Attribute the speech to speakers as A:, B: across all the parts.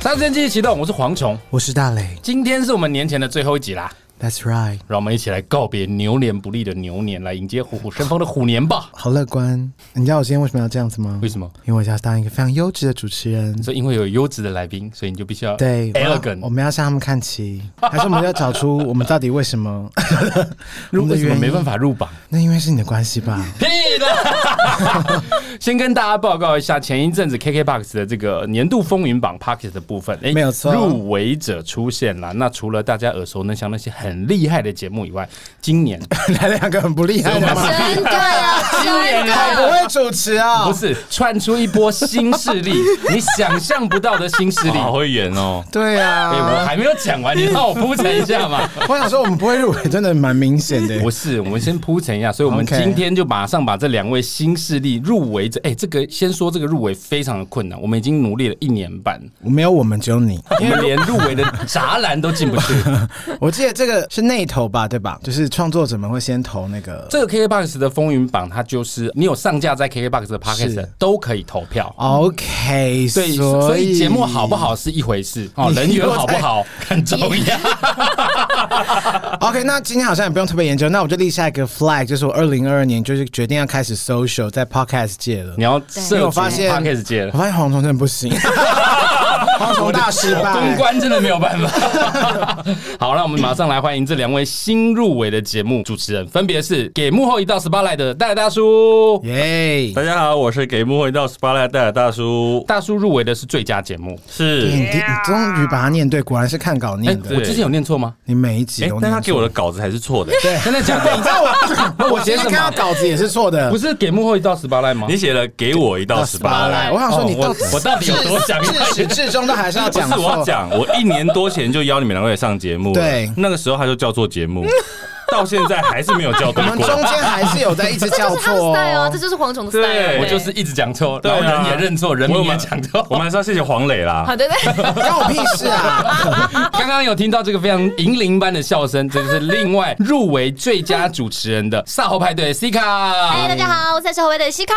A: 他先继续启动，我是蝗虫。
B: 我是大雷
A: 今天是我们年前的最后一集啦，
B: ，That's right，
A: 让我们一起来告别牛年不利的牛年，来迎接虎虎生风的虎年吧。
B: 好乐观。你知道我今天为什么要这样子吗
A: 为？什么？
B: 因为我要当一个非常优质的主持人
A: 你。说因为有优质的来宾，所以你就必须要
B: 对
A: elegant
B: 我。们要向他们看齐，还是我们要找出我们到底为什 么？
A: 如果
B: 我们的
A: 什么
B: 原因
A: 没办法入榜？
B: 那因为是你的关 系吧？
A: 屁的！ 先跟大家报告一下，前一阵子 KKBOX 的这个年度风云榜 Pocket 的部分，哎、
B: 没有错
A: 入围者出现了。那除了大家耳熟能详那些很厉害的节目以外，今年
B: 来两个很不厉害的吗？
C: 真的，真
B: 好不
C: 的，
B: 会主持啊、
A: 不是窜出一波新势 力，你想象不到的新势力。
D: 好会演哦。
B: 对
A: 哎、我
B: 啊，
A: 还没有讲完，你让我铺陈一下 嘛。
B: 我想说我们不会入围，真的蛮明显的。
A: 不 是，我们先铺陈一下，所以我们
B: OK
A: 今天就马上把这两位新势力入围者，哎、这个先说这个入围非常的困难，我们已经努力了一年 半，
B: 我没有我们，只有你。
A: 我们连入围的栅栏都进不 去。
B: 我记得这个是内投吧，对吧？就是创作者们会先投那个。
A: 这个 KKBOX 的风云榜，它就是你有上架在 KKBOX 的 Podcast 的
B: 是
A: 都可以投票。
B: OK，
A: 对，所以节目好不好是一回事哦，
B: 你
A: 人缘好不好很重要。
B: OK，那今天好像也不用特别研究，那我就立下一个 flag，就是我二零二二年就是决定要开始 social 在 podcast 界了
A: 你。要
B: 因为
A: 设
B: 我
A: 足
B: 发现
A: Podcast 界了
B: 我，发现黄虫真的不行，黄虫大失
A: 公
B: 败。
A: 关真的没有办法。 好，那我们马上来欢迎这两位新入围的节目主持人，分别是给幕后一道 spotlight 的戴尔大叔。
B: 耶！
D: 大家好，我是给幕后一道 SPA 带的大叔，
A: 大叔入围的是最佳节目，
B: 你
D: 是。
B: 你你终于把它念对，果然是看稿
A: 哎、
B: 念
A: 我
B: 的。
A: 之前有念错吗？
B: 你每一集
D: 哎
B: 都，
D: 但
B: 念
D: 他给
B: 错。
D: 我的稿子还是错的。
A: 真的假
B: 你
A: 的？
B: 知道我我
A: 写
B: 今
A: 什么
B: 天看到稿子也是错的，
A: 不
B: 是
A: 是给幕后一道 spotlight 吗？
D: 你写了给我一道 SPA，
B: 来。我想说你到
A: 哦
B: 底
A: 我我到底有多想
B: 至始至终都还是要
D: 不
B: 讲
D: 是我要
B: 错。
D: 讲，我一年多前就邀你们两位上节目，
B: 对
D: 那个时候他就叫做 节目，到现在还是没有叫
B: 我
D: 对
B: 们
D: 过
B: 中。间还是有在一直叫
C: 这是他的
B: 错
C: style 啊，
B: 哦
C: 这。就是蝗虫的 style
D: 对
C: 对。
A: 我就是一直讲错，然后
D: 对啊
A: 人也认错，人名也讲错。
D: 我们还是要谢谢黄磊啦
C: 好，。对 对，
B: 关我屁事啊！
A: 刚刚有听到这个非常银铃般的笑声，这就是另外入围最佳主持人的赛后派对 C 卡。
C: 哎嗨，大家。好，我是社会的西卡。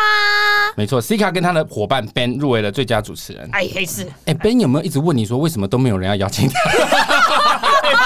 A: 没错，C 卡跟他的伙伴 Ben 入围了最佳主持人。
C: 哎，黑是
A: 哎、b e n 有没有一直问你说为什么都没有人要邀请 他？
D: 哎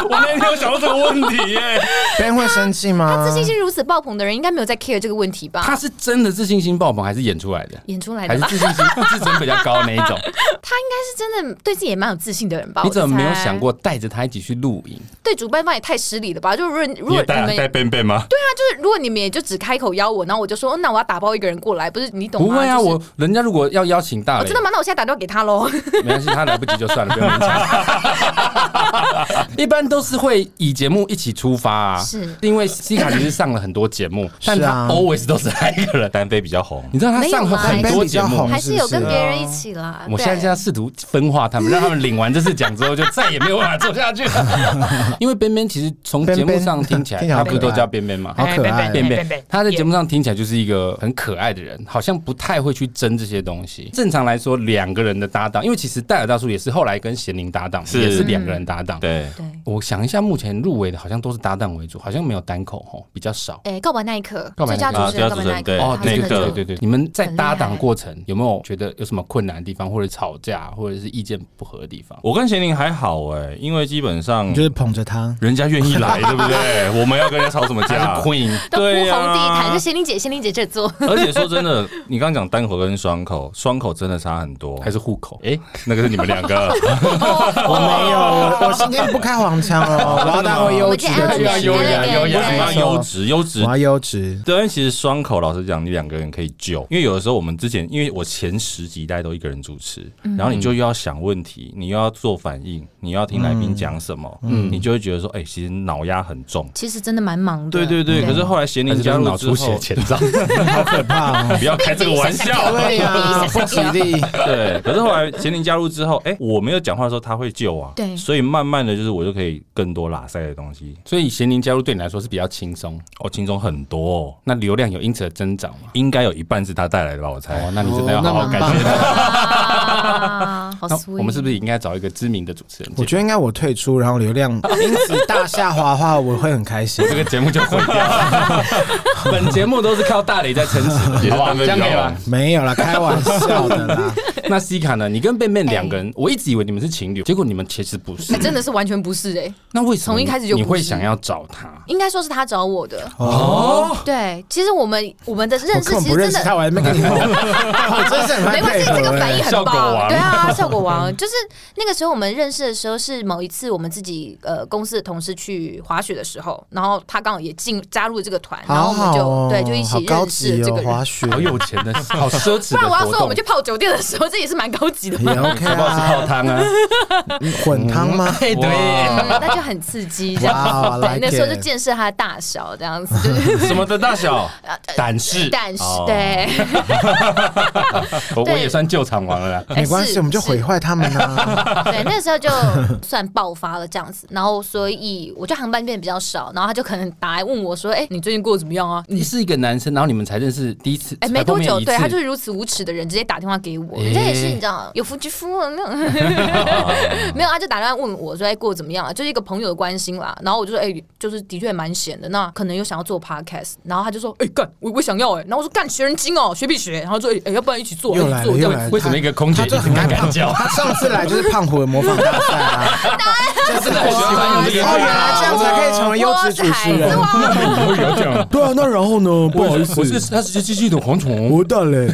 D: 我那天有想到这个问题 耶，
B: Ben 会生气吗？
C: 自信心如此爆棚的人，应该没有在 care 这个问题吧
A: 他？是真的自信心爆棚，还是演出来 的？
C: 演出来
A: 还
C: 的
A: 是
C: 吧，
A: 自信心自尊比较高那一种？
C: 他应该是真的对自己也蛮有自信的人吧？
A: 你怎么
C: 我
A: 没
C: 猜
A: 有想？过带着他一起去露营？
C: 对主办方也太失礼了吧？就如果如
D: 你
C: 果
D: 也
C: 你
D: 带
C: 们
D: 带
C: 对
D: Ben Ben 吗？
C: 啊，就是如果你们也就只开口邀我，然后我就说，哦那我要打包一个人过来，不是你懂
A: 不
C: 吗？
A: 会啊，
C: 就是
A: 我人家如果要邀请大
C: 哦
A: 雷，
C: 真的吗？那我现在打电话给他喽。
A: 没关系，他来不及就算了，不用 勉强。一般都是会以节目一起出发啊，
C: 是
A: 因为西卡其实上了很多节目，但
B: 是
A: 他
B: 啊
A: always 都是他一个人。
D: 单飞比 较红，
A: 你知道他上了很
C: 没
B: 有
A: 多
B: 吗
A: 节
B: 还
A: 目
B: 是比较，
C: 还是有
B: 是
C: 跟
B: 不
C: 别
B: 是
C: 人一起啦。
A: 啊我现在就要试图分化他们，让他们领完这次奖之后，就再也没有办
B: 啊
A: 法做下去了。 因为边边其实从节目上听起来，
B: 边边
A: 他不是都叫边边吗？
B: 好可爱。
A: 便便，他在节目上听起来就是一个很可爱的人，好像不太会去争这些东西。正常来说，两个人的搭档，因为其实戴尔大叔也是后来跟贤玲搭档，
D: 是
A: 也是两个人搭档。
D: 对，
C: 对，
A: 我想一下，目前入围的好像都是搭档为主，好像没有单口吼，比较少。
C: 哎，告白那一刻，
A: 告白那一刻
C: 最佳主持人，
D: 啊最佳
C: 告白
D: 主持人
C: 那一刻，
D: 对
A: 哦，
C: 他
A: 对
C: 是
A: 对
D: 那个
A: 对
C: 真
A: 对
C: 的
A: 对，你们在
C: 很厉
A: 搭
C: 害
A: 档过程有没有觉得有什么困难的地方，或者吵架，或者是意见不合的地方？
D: 我跟贤玲还好哎，因为基本上
B: 你就是捧着他，
D: 人家愿意 来，对不对？我们要跟人家吵什么
A: 还
D: 架
A: 是 Queen
C: 都铺红
D: 对
C: 地毯，
D: 啊
C: 就仙灵姐，仙灵姐这座，
D: 而且说真的，你刚刚讲单口跟双口，双口真的差很多
A: 还。是户口？
D: 哎、那个是你们两 个，
B: 我没有，我我今天不开黄腔哦，我要当个优质的主
C: 我们
B: 持
C: 今天要优雅
B: 人，
C: 优
D: 为
C: 雅
D: 什么要优质？优质
B: 我。要优质。
D: 对，因为其实双口老实讲，你两个人可以救，因为有的时候我们之前，因为我前十集大家都一个人主持，
C: 嗯
D: 然后你就又要想问题，你又要做反应，你又要听来宾讲什么，嗯，你就会觉得说，哎、其实脑压很重。
C: 其实真的蛮忙的。
D: 对对
C: 嗯
D: 对，可是后来贤
A: 还
D: 玲
A: 是就
D: 加
A: 是
D: 入
A: 脑
D: 之
A: 出血
D: 后，
A: 前 兆？
D: 不要开这个 玩笑。
B: 对呀，不吉利。
D: 对，可是后来贤玲加入之后，哎、我没有讲话的时候，他会救啊。
C: 对
D: 所以慢慢的就是我就可以以更多拉塞的东西，
A: 所以咸宁加入对你来说是比较轻松，
D: 哦，轻松很多、哦，
A: 那流量有因此而增长吗？
D: 应该有一半是他带来的吧，我猜。
A: 哦，那你真的要好好感谢他。
C: 啊，好
A: 那
C: sweet。
A: 我们是不是应该找一个知名的主持人？
B: 我觉得应该我退出，然后流量因此大下滑的话，我会很开心
A: 这。个节目就毁掉了。本节目都是靠大磊在撑起 的，好不好？这样可以吧？
B: 没有啦，开玩笑的啦。
A: 那 C 卡呢？你跟贝贝两个人，我一直以为你们是情侣，结果你们其实不是
C: 哎。真的是完全不是哎、
A: 那为什么
C: 从一开始就不
A: 你
C: 是
A: 会想要找他？
C: 应该说是他找我的。
B: 哦，
C: 对，其实我们我们的
B: 我
C: 认识
B: 根本
C: 其
B: 不
C: 实
B: 认识
C: 真的
B: 他，我还没跟你 我真是很蛮
C: 没关
B: 佩
C: 系，
B: 服
C: 这个反应
B: 的。
C: 很
A: 效果王
C: 棒。对啊，效果王 就是那个时候我们认识的时候，是某一次我们自己呃公司的同事去滑雪的时候，然后他刚好也进加入这个团，然后
B: 好
C: 我们
B: 好
C: 就、
B: 哦，
C: 对就一
B: 好
C: 起
B: 高
C: 认识
B: 级
C: 了这个
B: 哦，
C: 人。
B: 滑雪
A: 好有钱的，好奢侈
C: 不
A: 的
C: 然我要
A: 活
C: 说，我
A: 动
C: 们去。泡酒店的时候，这也是蛮高级的嘛
B: 也 OK
A: 好不好？是
B: 啊
A: 泡， 汤啊！
B: 混汤吗？
A: 对对，
C: 嗯那就很 刺激这
B: 哇
C: 样
B: 我
C: 子。 对，
B: like
C: 那时候就
B: it
C: 见识他的大小这样子，就是，
A: 什么的大 小，呃胆识
C: 但是
D: 哦
C: 对，
A: 我我
C: 对
A: 也算救场王了啦。
B: 没关
C: 哎
B: 系，
C: 是
B: 我们就毁坏他们啊。
C: 对，那时候就算爆发了这样子，然后所以我就航班变得比较少，然后他就可能打来问我说：“哎、你最近过得怎么样啊？”
A: 你是一个男生，然后你们才认识第一次，
C: 哎、
A: 才
C: 没
A: 碰
C: 多
A: 面
C: 久，
A: 一
C: 对
A: 次
C: 他就是如此无耻的人，直接打电话给我，
A: 哎
C: 这也是你知道有夫之夫啊了那种， 没有，他就打电话问我说哎过得怎么样啊，就是一个朋友的关心啦。然后我就说哎、就是的确蛮闲的，那可能有想要做 podcast，然后他就说哎干、我我想要哎、然后我说干学人精哦，学必学，然后说哎、哎要不然一起做，一
B: 又
C: 起
B: 来
C: 做
B: 了，
C: 这
B: 又
C: 样
B: 来了。
A: 为什么一个空姐
B: 他就很
A: 一直
B: 敢
A: 敢
B: 胖
A: 叫
B: 他上次来就是胖虎的模仿大赛啊， 就是很喜
A: 欢
C: 啊
B: 哦
A: 你这，个
B: 原 来这样才可以成为优质主持人。
C: 哇塞哇
B: 对啊，那然后呢？不好意思，
A: 他是机器的蝗虫。
B: 我大嘞，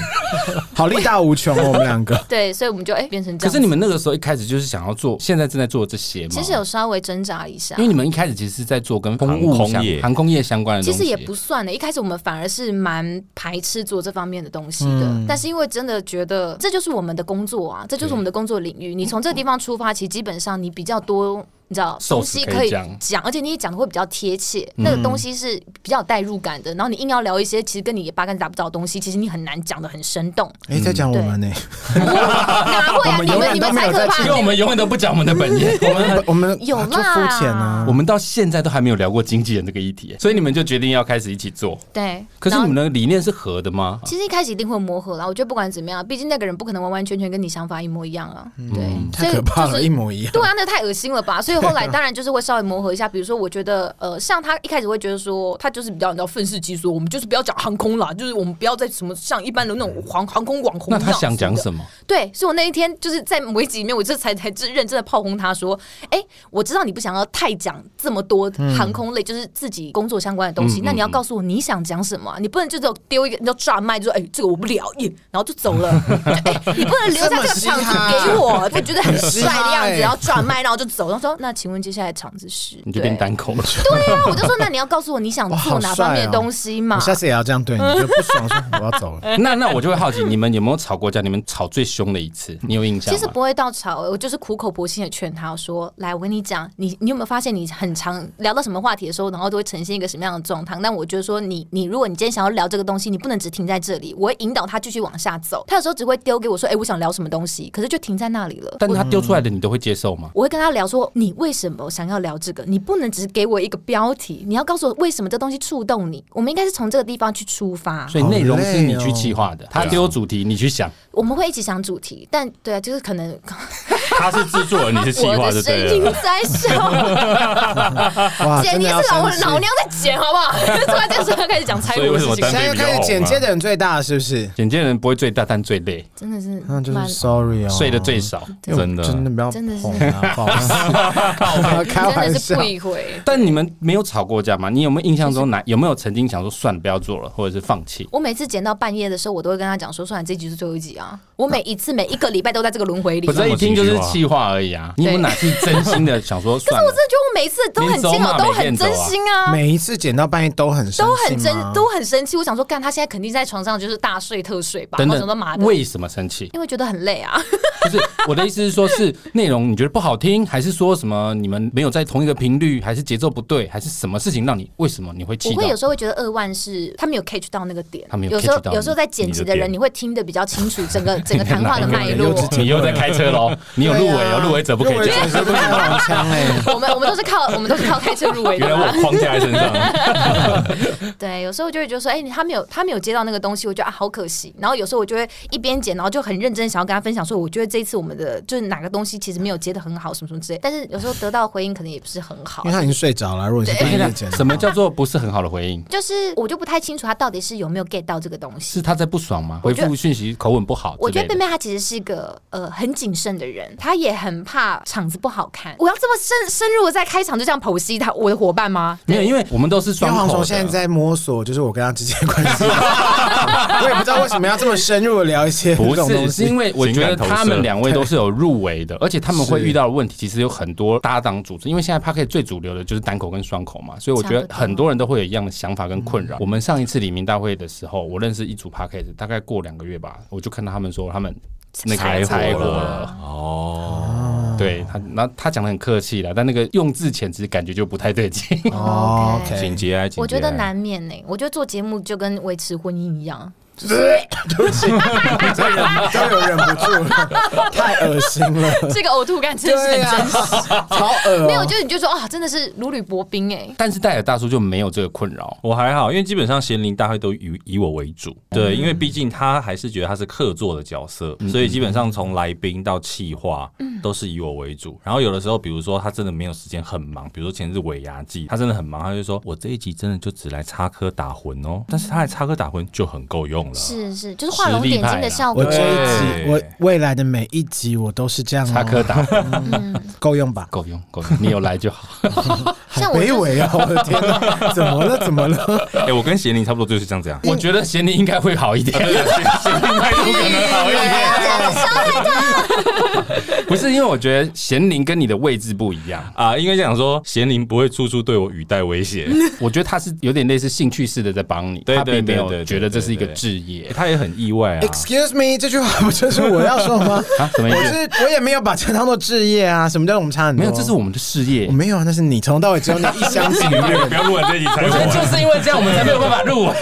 B: 好力大无穷哦，我们两个。
C: 对，所以我们就哎、变成
A: 可
C: 这样子。
A: 是你们那个时候一开始就是想要做，现在正在做这些吗？
C: 其实有稍微挣扎一下
A: 因为。你们一开始其实是在做跟
D: 航
A: 空务
D: 空
A: 相
D: 业
A: 航空业相关的
C: 其
A: 东西，
C: 实也不算的，一开始我们反而是蛮排斥做这方面的东西的，
B: 嗯
C: 但是因为真的觉得这就是我们的工作啊，这就是我们的工作领域。你从这个地方出发，其实基本上你比较多，你知道
A: 受
C: 东
A: 此
C: 西
A: 可以
C: 可以
A: 讲
C: 讲，而且你也讲的会比较贴切，
B: 嗯
C: 那个东西是比较有代入感的。然后你硬要聊一些其实跟你也八竿子打不着的东西，其实你很难讲的很生 动。
B: 哎，在讲我们呢，
C: 哪会啊？
B: 我们
C: 你
B: 永
C: 们
B: 远
C: 你
B: 都
C: 们
B: 没
C: 才
B: 有
C: 可
B: 在
C: 怕
A: 因为！我们永远都不讲我们的本业，我们。
B: 嗯我们
C: 有啦
B: 就肤浅啊
A: 我。们到现在都还没有聊过经纪人这个议题，所以你们就决定要开始一起做。
C: 对，
A: 可是
C: 然后
A: 你们的理念是合的吗？
C: 其实一开始一定会磨合啦，我觉得不管怎么样，毕竟那个人不可能完完全全跟你想法一模一样啊。对，所
B: 嗯太
C: 以
B: 可怕
C: 就
B: 了，
C: 是
B: 一模一样。
C: 对啊，那太恶心了吧！所以后 来当然就是会稍微磨合一下，比如说我觉得，呃，像他一开始会觉得说，他就是比较你知道愤世嫉俗，我们就是不要讲航空啦，就是我们不要再什么像一般的那种航航空网红一
A: 嗯那
C: 样。
A: 他想讲
C: 么？
A: 什么？
C: 对，所以我那一天就是在某一集里面，我这才才真认真的炮轰他说，哎、我知道你不想要太讲这么多航空类，就是自己工作相关的东
A: 嗯
C: 西，那你要告诉我你想讲什么啊、你不能就只有丢一个，你就抓麦就说，哎、这个我不了耶，然后就走 了，就哎、你不能留下这个场子给我，我觉得很帅的样子，然后抓麦，然后就走，然后说，那请问接下来场子是？
A: 你就变
C: 对
A: 单口了。
C: 对啊，我就说，那你要告诉我你想
B: 哇好
C: 做哪
A: 啊
C: 方面
B: 帅哦
C: 的东西嘛
B: 我？下次也要这样对你，就不爽说我要走 了。
A: 那那我就会好奇，你们有没有吵过架？你们吵最凶的一次，你有印象
C: 其
A: 吗？
C: 实不会到吵，我就是苦口婆心的劝他我说：“来，我跟你讲，你你有没有发现，你很常聊到什么话题的时候，然后都会呈现一个什么样的状态？但我觉得说你，你如果你今天想要聊这个东西，你不能只停在这里，我会引导他继续往下走。他有时候只会丢给我说：‘哎、我想聊什么东西’，可是就停在那里了。
A: 但他丢出来的你都会接受吗？
C: 我会跟他聊说，你为什么想要聊这个？你不能只是给我一个标题，你要告诉我为什么这东西触动你。我们应该是从这个地方去出发。
A: 所以内容是你去计划的，他丢主题你去想，
C: 我们会一起想主题，但对啊，就是可能
D: 他是制作人，你是企
C: 我
D: 划
C: 的
D: 就
C: 声
D: 对
C: 音
D: 了。
C: 在笑。
B: 哇，
C: 姐，
B: 啊真
C: 你
B: 的
C: 也
B: 要
C: 是老
B: 生气。
C: 老娘在剪，好不 好？突然间开始讲拆
D: 所以
C: 股
D: 为
C: 的
D: 什么
C: 事情
D: 单，
B: 现在又开始剪接的人最大了是不是？
A: 简介人不会最大，但最累，
C: 真的是
B: 那就
C: 蛮
B: 是 sorry 哦，哎
A: 睡得最少。
D: 对真的
B: 真的不要
C: 真的是
B: 碰啊，不好 意思 开
C: 真
B: 玩
C: 的是
B: 笑
C: 不。一回。
A: 但你们没有吵过架吗？你有没有印象中哪有没有曾经想说算了不要做了，或者是放弃？
C: 我每次剪到半夜的时候，我都会跟他讲说：“算了，这集是最后一集啊！”我每一次每一个礼拜都在这个轮回里。啊
A: 不
C: 可
A: 是
C: 是
D: 这
A: 一
D: 么
A: 听
D: 情绪
A: 就是
D: 化
A: 气话而已啊！你有没有哪次真心的想 说算
C: 我
A: 了
C: 真？的觉得我每一次都很
A: 连
C: 煎
A: 走马
C: 熬，都
A: 每天
C: 很
A: 走啊
C: 真心啊，
B: 每一次剪到半夜都很生
C: 都
B: 气
C: 很真
B: 吗，
C: 都很生气。我想说，干他现在肯定在床上就是大睡特睡吧，
A: 等
C: 或者说妈
A: 等，
C: 的，
A: 为什么生气？
C: 因为觉得很累啊。
A: 不是我的意思是说，是内容你觉得不好听，还是说什么你们没有在同一个频率，还是节奏不对，还是什么事情让你为什么你会
C: 我
A: 气到
C: 会？有时候会觉得二万是他没有 catch 到那个点，
A: 他没有
C: 时候
A: catch 到
C: 有时候在剪辑的
D: 你的
C: 人，
D: 点
C: 你会听得比较清楚整个整个谈话的脉
B: 又
C: 络啊
B: 是。
A: 你又在开车喽？你有有入围哦，入围者不可以
B: 啊入围
A: 这样
B: 者。是不能玩枪哎。
C: 我们我们都是靠我们都是靠开车入围的
D: 原来
C: 嘛。
D: 我框架在身上，
C: 对，有时候就会觉得说，哎、你他没有他没有接到那个东西，我觉得啊好可惜。然后有时候我就会一边剪，然后就很认真想要跟他分享说，我觉得这一次我们的就是哪个东西其实没有接的很好，什么什么之类。但是有时候得到的回应可能也不是很好
B: 因为。他已经睡着了，啊如果你是半夜剪的，
A: 哎什么叫做不是很好的回应？
C: 就是我就不太清楚他到底是呃有没有 get 到这个东西。
A: 是他在不爽吗？回
C: 我觉得
A: 复讯息口吻不好之
C: 我觉
A: 类
C: 得贝
A: 的。
C: 贝她其实是一个呃很谨慎的人，她也很怕场子不好看。我要这么深深入的在开场就这样剖析他我的伙伴吗？
A: 没有，因为我们都是
B: 因为
A: 双
B: 黄
A: 口
B: 虫
A: 的。
B: 现在在摸索，就是我跟他之间的关系， 我也不知道为什么要这么深入的聊一些这
A: 不
B: 种
A: 是，
B: 东
A: 是因
B: 西。
A: 为我觉得
D: 情感投射
A: 他们两位都是有入围的，而且他们会
B: 是
A: 遇到的问题其实有很多搭档主持，因为现在 p a r k 最主流的就是单口跟双口嘛，所以我觉
C: 差
A: 得
C: 不多
A: 很多人都会有一样的想法跟困
B: 嗯
A: 扰。我们上一次李明大会的时候，我认识一组 p a r k 大概过两个月吧，我就看到他们说他们那个
D: 柴
A: 柴
D: 火
A: 火
D: 了
A: 了。
D: 哦，
A: 对他，那他讲的很客气了，但那个用字遣词感觉就不太对 劲。
B: 哦
C: OK
D: 请
B: ，OK，
D: 节哀，请节哀
C: 我觉得，难免呢、我觉得做节目就跟维持婚姻一样，
B: 对不起，我真忍都有忍不住 了，太恶心了，
C: 这个呕吐感真
A: 啊
B: 对
C: 是
B: 呀
C: 很真实。，
B: 好恶
C: 没有，
B: 哦。
C: 就是你就说啊，真的是如履薄冰哎、
A: 但是戴尔大叔就没有这个困扰，
D: 我还好，因为基本上贤玲大会都以以我为主，对，因为毕竟他还是觉得他是客座的角色，所以基本上从来宾到企划都是以我为主。然后有的时候，比如说他真的没有时间很忙，比如说前日尾牙季，他真的很忙，他就说我这一集真的就只来插科打诨哦，但是他来插科打诨就很够用了，
C: 是
A: 啊
C: 是，就是画龙点睛的效
B: 我
C: 果。
B: 这一集，
D: 对
B: 我未来的每一集，我都是这样哦，
A: 插科打诨
B: 够用吧？
A: 够用够用，你有来就 好。。
C: 像
B: 好
C: 我
B: 卑
C: 就是
B: 微啊！我的天哪，怎么了？怎么了？
D: 哎、我跟贤玲差不多就是像这样
A: 我觉得贤宁应该会好一点，贤宁态度可能好一点。 不是因为我觉得贤玲跟你的位置不一样，
D: 啊，应该讲说贤玲不会处处对我语带威胁，
A: 我觉得他是有点类似兴趣式的在帮你，
D: 对
A: 他
D: 对
A: 并没
D: 对对
A: 有
D: 对
A: 觉得这
D: 对
A: 是一个
D: 对
A: 置业
D: 哎他也很意外啊。
B: Excuse me，这句话不就是我要说吗？
A: 啊，什么意
B: 我
A: 思？
B: 是我也没有把这当做置业啊，什么叫我们差很多？
A: 没有，这是我们的事业
B: 我。没有啊，那是你从头到尾只有你一厢 情 愿。
D: 不要录完这一集才
A: 我觉得
D: 我。
A: 就是因为这样，我们才没有办法入围。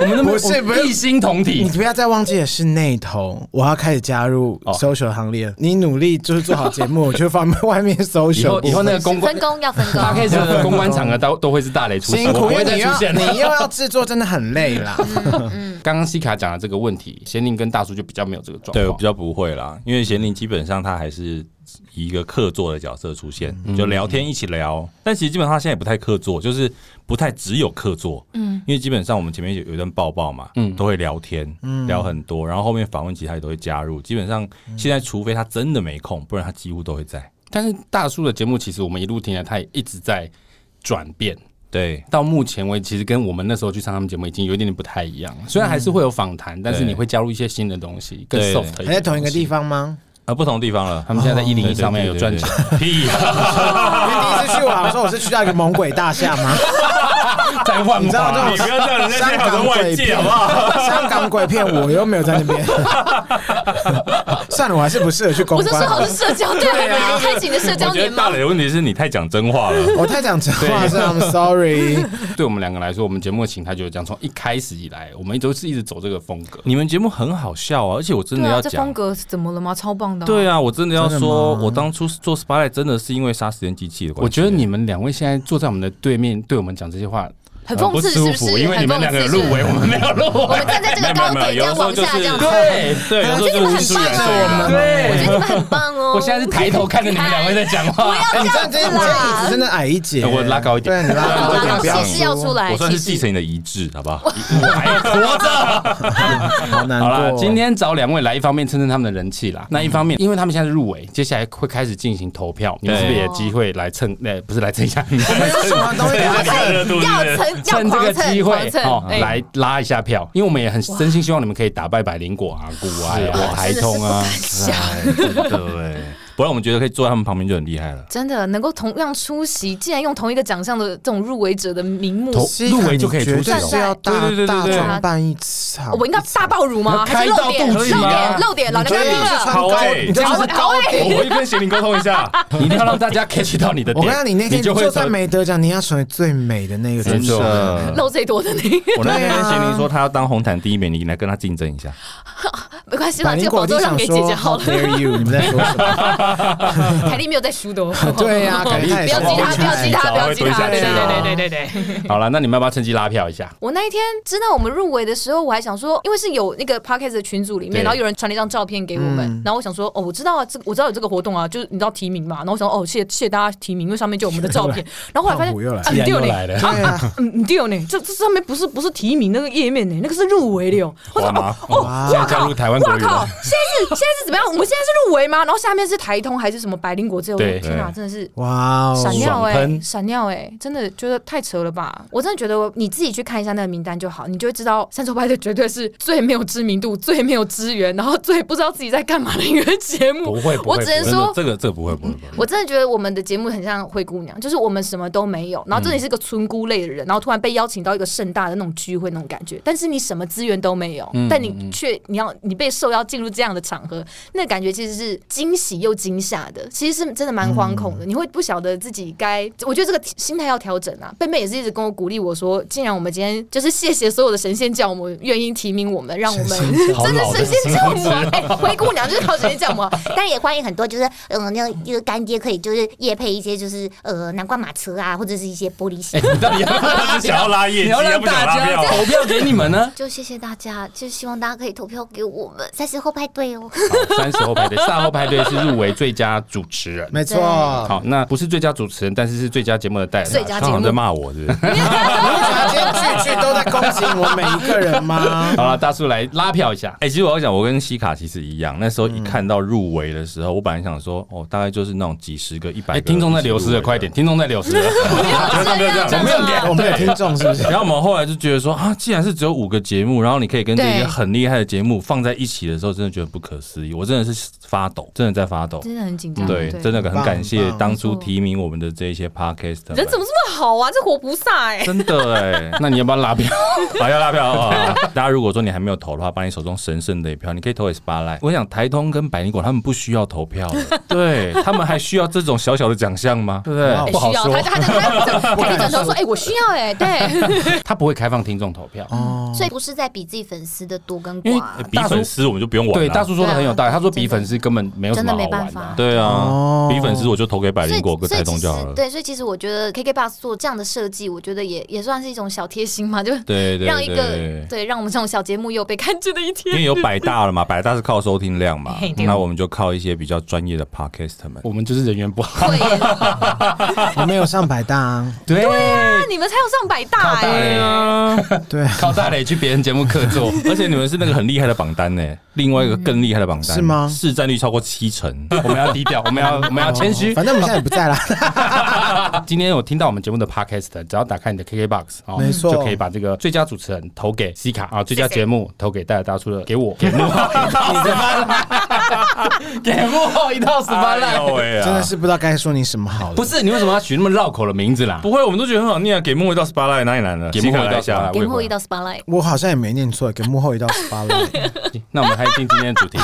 A: 我们那么
B: 不是
A: 我们
B: 不是
A: 一心同
B: 你
A: 体，
B: 不要再忘记了是那头，我要开始加入
A: 哦
B: social 行列。你努力就是做好节目，我就放外面 social
A: 以后以后那个公关
C: 分工要分
A: 大
C: 工，
A: 概的公关场合都都会是大雷出现，
B: 辛
A: 我不
B: 苦，因
A: 会
B: 为
A: 再
B: 你
A: 出
B: 要
A: 现了。
B: 你又要制作，真的很累 啦。
A: 刚刚西卡讲的这个问题，贤宁跟大叔就比较没有这个状
D: 对，我
A: 况
D: 比。较不会啦，因为贤玲基本上她还是以一个客座的角色出现，
A: 嗯
D: 就聊天一起聊。但其实基本上她现在也不太客座，就是不太只有客座。嗯，因为基本上我们前面有有一段抱抱嘛，嗯，都会聊天，
A: 嗯
D: 聊很多，然后后面访问其他也都会加入。基本上现在，除非她真的没空，不然她几乎都会在。
A: 但是大叔的节目，其实我们一路听来，他也一直在转变。
D: 对，
A: 到目前为止，其实跟我们那时候去上他们节目已经有一点点不太一样了。虽然还是会有访谈，但是
D: 对
A: 你会加入一些新的东西，更
D: 对
A: soft。
B: 还在哎同一个地。方吗？
D: 啊，不同地方了哦
A: 他。们现在在一零一
D: 对对
A: 上面有赚钱，
D: 屁啊！
B: 因为第一次去，我好像说我是去到一个猛鬼大厦吗？
A: 在万
B: 你知道这
A: 华
B: 种
D: 你不要这样人家
B: 香
D: 现在
B: 港
D: 有在外
B: 鬼
D: 界
B: 片
D: 好不
B: 香港鬼片我又没有在那 边。算了，我还是不适合去公
C: 我就说好
B: 关。
C: 是社交，对，我们已经开启你的社
D: 我
C: 交
D: 觉
C: 年
D: 得大
C: 吗？
D: 磊的问题是你太讲真话 了。
B: 我太讲真话是 I'm sorry。
A: 对我们两个来说，我们节目的形态就是这样。从一开始以来，我们都是一直走这个风格。
D: 你们节目很好笑啊，而且我真的要
C: 这
D: 讲
C: 风，格是怎么了吗？超棒的、
D: 对
C: 啊，
D: 啊，我真的要
B: 真的
D: 说，
B: 吗
D: 我当初做 SPA 真的是因为杀时间机器的关系。
A: 我觉得你们两位现在坐在我们的对面，对我们讲这些话
C: 很
A: 很
C: 讽
A: 啊不
C: 刺，是
A: 舒
C: 不是？
A: 服，因为你们两个人入围，我们没有入
C: 我
A: 围。
C: 们站在这个高点，这样往下，这样。
A: 对，
D: 对，有时候
C: 觉得
D: 就
C: 你们哎
D: 无
C: 很
D: 视
C: 棒
D: 人
C: 啊！
D: 对
C: 我觉得你们很棒哦。
A: 我现在是抬头看着你们两位在讲话，
B: 哎，你这样子，你这椅子真的矮一截，
A: 我拉高一点
B: 对你拉高一点，不要
C: 气势要出
B: 说，
C: 来，
D: 我算是
C: 气
D: 继
C: 势
D: 承你的遗志，好不好？
A: 我还活着。
B: 好难
A: 好啦，
B: 过。
A: 今天找两位来，一方面蹭蹭他们的人气啦，那一方面，因为他们现在是入围，接下来会开始进行投票，你们是不是也有机会来蹭？呃，不是来蹭一下，
B: 我们有什么东西可
D: 哎
B: 以看？
D: 热度
C: 要蹭，要
A: 趁这个
C: 狂蹭，
A: 机会
C: 狂蹭，
A: 哦，
C: 哎
A: 来拉一下票，因为我们也很真心希望你们可以打败百灵果啊、古啊、台通啊。
D: 哎对，哎不然我们觉得可以坐在他们旁边就很厉害了。
C: 真的能够同样出席，竟然用同一个奖项的这种入围者的名目，
A: 头
B: 西卡
A: 入围就可以出
B: 你绝对
C: 席
B: 是要大
D: 对对对
B: 大
D: 对对
B: 装扮一场。
C: 我应该大爆乳吗？还
A: 开
C: 是
A: 到
C: 露点？
A: 肚
C: 露
A: 脐吗
C: 点？露点？老
B: 你
C: 娘
B: 觉得
C: 要
B: 你
C: 硬
B: 是
C: 了！
B: 穿高，
D: 好欸
B: 啊你这样是高
D: 我回去跟贤玲沟通一 下。
A: 你一啊定要让大 家 catch 到你的
B: 我
A: 点。
B: 跟你讲，你那天
A: 就会
B: 就算没得奖，你要成为最美的那个
A: 真
B: 人。
A: 的
D: 的，
C: 露最多的你，
D: 我那
B: 对
D: 天跟
B: 啊
D: 贤玲说，她要当红毯第一美女，你来跟她竞争一下。
C: 没关系啦，
B: 百
C: 这
B: 灵
C: 个
B: 果
C: 广州
B: 地
C: 让
B: 想
C: 给
B: 说
C: 姐姐好
B: “How
C: 了。
B: dare you”，你们在说什么？。
C: 凯莉没有在输的哦
B: 对呀凯莉
C: 不要激他，不要激他，不要激他，对
D: 小孩蹲下去
C: 对
D: 哦
C: 对对对对。
A: 好了，那你们要不要趁机拉票一下？
C: 我那一天知道我们入围的时候，我还想说，因为是有那个 podcast 的群组里
A: 对嗯
C: 面，然后有人传了一张照片给我们，然后我想说，哦，我知道啊，这个我知道有这个活动啊，就是你知道提名嘛，然后我想，哦，谢谢谢谢大家提名，因为上面就有我们的照片， 然后后来发现
B: 胖虎又来
C: 啊，你丢呢，
A: 了，
B: 对啊，
C: 嗯，你丢呢，这这上面不是不是提名那个页面呢，那个是入围的哟，我说
D: 哇
C: 哦
D: 吗。
C: 哦，
A: 现在加入台湾国
C: 哇
A: 语
C: 靠！
A: 了。
C: 现在是现在是怎么样？我们现在是入围吗？然后下面是台通还是什么百灵果这种？
A: 对
C: 天哪，
D: 对
C: 真的是
B: 哇哦，
C: 闪
A: 爽
C: 尿哎、
A: 喷
C: 闪尿哎、真的觉得太扯了吧！我真的觉得你自己去看一下那个名单就好，你就会知道三筹派对绝对是最没有知名度、最没有资源，然后最不知道自己在干嘛的一个节目。
A: 会
C: 我只能
D: 真的
C: 说，
D: 这个这个不会不会不会，
C: 我真的觉得我们的节目很像灰姑娘，就是我们什么都没有，然后这里是个村姑类的人，然后突然被邀请到一个盛大的那种聚会那种感觉，但是你什么资源都没有，但你却你要你被受邀进入这样的场合，那感觉其实是惊喜又惊吓的，其实是真的蛮惶恐的，你会不晓得自己该，我觉得这个心态要调整啊。贝贝也是一直跟我鼓励我说，既然我们今天就是谢谢所有的神仙教母愿意提名我们，让我们 真的神仙教母啊，哎、灰姑娘就是靠神仙教 母啊，
E: 但也欢迎很多，就是呃，那个就是干爹可以就是夜配一些，就是呃，南瓜马车啊，或者是一些玻璃鞋。
A: 你到底要不要
D: 想要拉业
A: 你
D: 绩，
A: 要让
D: 不想
A: 大
D: 拉
A: 家
D: 票。
A: 投票给你们呢？
E: 就谢谢大家，就希望大家可以投票给我们三十后派对哦。
A: 三十后排队，三后排队是入围最佳主持人。
B: 没错。
A: 好，那不是最佳主持人，但是是最佳节目的代
C: 最
A: 表。
C: 佳
D: 他
C: 节
D: 好像
C: 目
D: 在。骂我，是不是？
B: 大家今天句句都在攻击我每一个人吗？
A: 好了，大叔来拉票一下。
D: 哎、其实我要讲，我跟西卡其实一样。那时候一
A: 嗯
D: 看到入围的时候，我本来想说，哦，大概就是那种几十个、一百
A: 哎、
D: 个。
A: 听众在流失了，快点！！听众在流失了。
D: 不要这样，
A: 我没有点
B: 我们有听众是不是？
D: 然后我们后来就觉得说，啊，既然是只有五个节目，然后你可以跟这些
C: 对
D: 很厉害的节目放在一起的时候，真的觉得不可思议。我真的是发抖，真的在发抖。
C: 真的很紧张，
D: 对，真的很
B: 棒
D: 感谢
B: 棒
D: 当初
C: 没错
D: 提名我们的这一些 podcast 们。
C: 人怎么这么好啊？这活菩萨哎、
D: 真的哎、
A: 那你要不要拉票？
D: 好，要拉票啊！大家如果说你还没有投的话，把你手中神圣的一票，你可以投给 Spotlight。我想台通跟百灵果他们不需要投票了，对他们还需要这种小小的奖项吗？ 对不
B: 哇
C: 哎
D: 对？
C: 需要他他他他他转头说：“哎，我需要哎，对，
A: 他不会开放听众投票。
E: 所以不是在比自己粉丝的多跟
A: 因为
E: 寡
D: 呃，比粉丝我们就不用玩了。
A: 对，大叔说的很有道理。
E: 对啊
A: 他说比粉丝根本没有什么好玩
E: 真的没办法
D: 对啊
B: 哦，
D: 比粉丝我就投给百
E: 所以
D: 灵果跟
E: 所以
D: 台
E: 其
D: 通
E: 实
D: 就好了。
E: 对，所以其实我觉得 KKBox 做这样的设计，我觉得也也算是一种小贴心嘛，就
D: 对对
E: 让
D: 对
E: 一
D: 对
E: 个。对让我们这种小节目也有被看见的一
D: 因为
E: 天。
D: 有百大了嘛，百大是靠收听量嘛
C: 嘿，对
D: 那我们就靠一些比较专业的 podcast 们。
A: 我们就是人缘不 好。
E: 会耶
B: 我们有上百大啊，
A: 对，
C: 那你们才有上百大哎、
D: 啊，
B: 对啊，
A: 靠大磊去别人节目客座。
D: 而且你们是那个很厉害的榜单呢，另外一个更厉害的榜单
B: 是吗
D: 市占率超过七成，
A: 我们要低调，我们要我们要谦虚。
B: 哦反正我们现在也不 在啦。
A: 今天有听到我们节目的 podcast，只要打开你的 KKBox 哦，
B: 没错
A: 就可以把这个最佳主持人投给西卡啊，最佳节目投给戴尔大叔的，给我 给幕后一套十八烂， 给幕后一套十八
D: 哎
A: 烂
D: 呦。喂啊
B: 真的是不知道该说你什么好了。
A: 不是你为什么要取那么绕口的名字啦？
D: 不会，我们都觉得很好念啊。给莫一到 spotlight 哪里难了？
A: 给幕后一道
D: 来一下
A: spotlight
E: 给后一到 spotlight，
B: 我好像也没念错，给幕后一道十八 了。
A: 那我们还进今天的主题。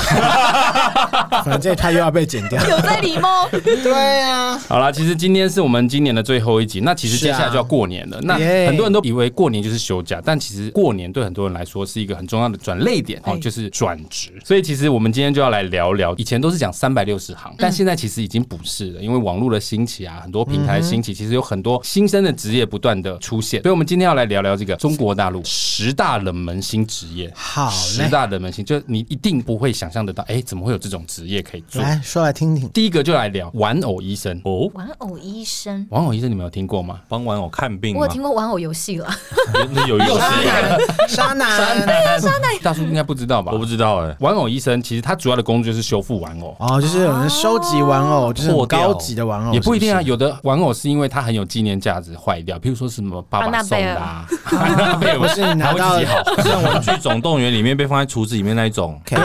B: 反正这一趴又要被剪掉。
C: 有在理吗？
B: 对啊，
A: 好啦，其实今天是我们今年的最后一集，那其实接下来就要过年了。那
B: 耶
A: 很多人都以为过年就是休假，但其实过年对很多人来说是一个很重要的转类点哦，就是转职。所以其实我们今天就要来聊聊，以前都是讲三百六十
B: 嗯
A: 行，但现在其实已经不是了，因为网络的兴起啊，很多平台兴起，其实有很多新生的职业不断的出
B: 嗯
A: 现。所以我们今天要来聊聊这个中国大陆十大冷门新职业。
B: 好
A: 十
B: 嘞，
A: 大冷门新，就是你一定不会想象得到，哎、怎么会有这种职业可以做？
B: 来说来听听。
A: 第一个就来聊玩偶医生。
D: 哦，
E: 玩偶医生，
A: 玩偶医生你们有听过吗？
D: 帮玩偶看病
C: 我
D: 吗
C: 有？听过玩偶游戏了，
D: 那有游
B: 渣
D: 戏，啊
B: 男，渣男。
A: 大叔应该不知道吧？
D: 我不知道哎。
A: 玩偶医生其实他主要的工作就是修复玩偶。
B: 哦，就是有人收集玩偶，就是很
D: 破掉
B: 高级的玩偶，
A: 也不一定啊，
B: 哦是
A: 有的玩偶是因为它很有纪念价值坏掉，譬如说什么爸
C: 安
A: 爸
C: 娜
A: 送
C: 贝尔
A: 的啊，安娜贝尔
B: 不是？不是你拿到
A: 他会自己好
D: 像《玩具总动员》里面被放在橱子里面那一种，
B: OK，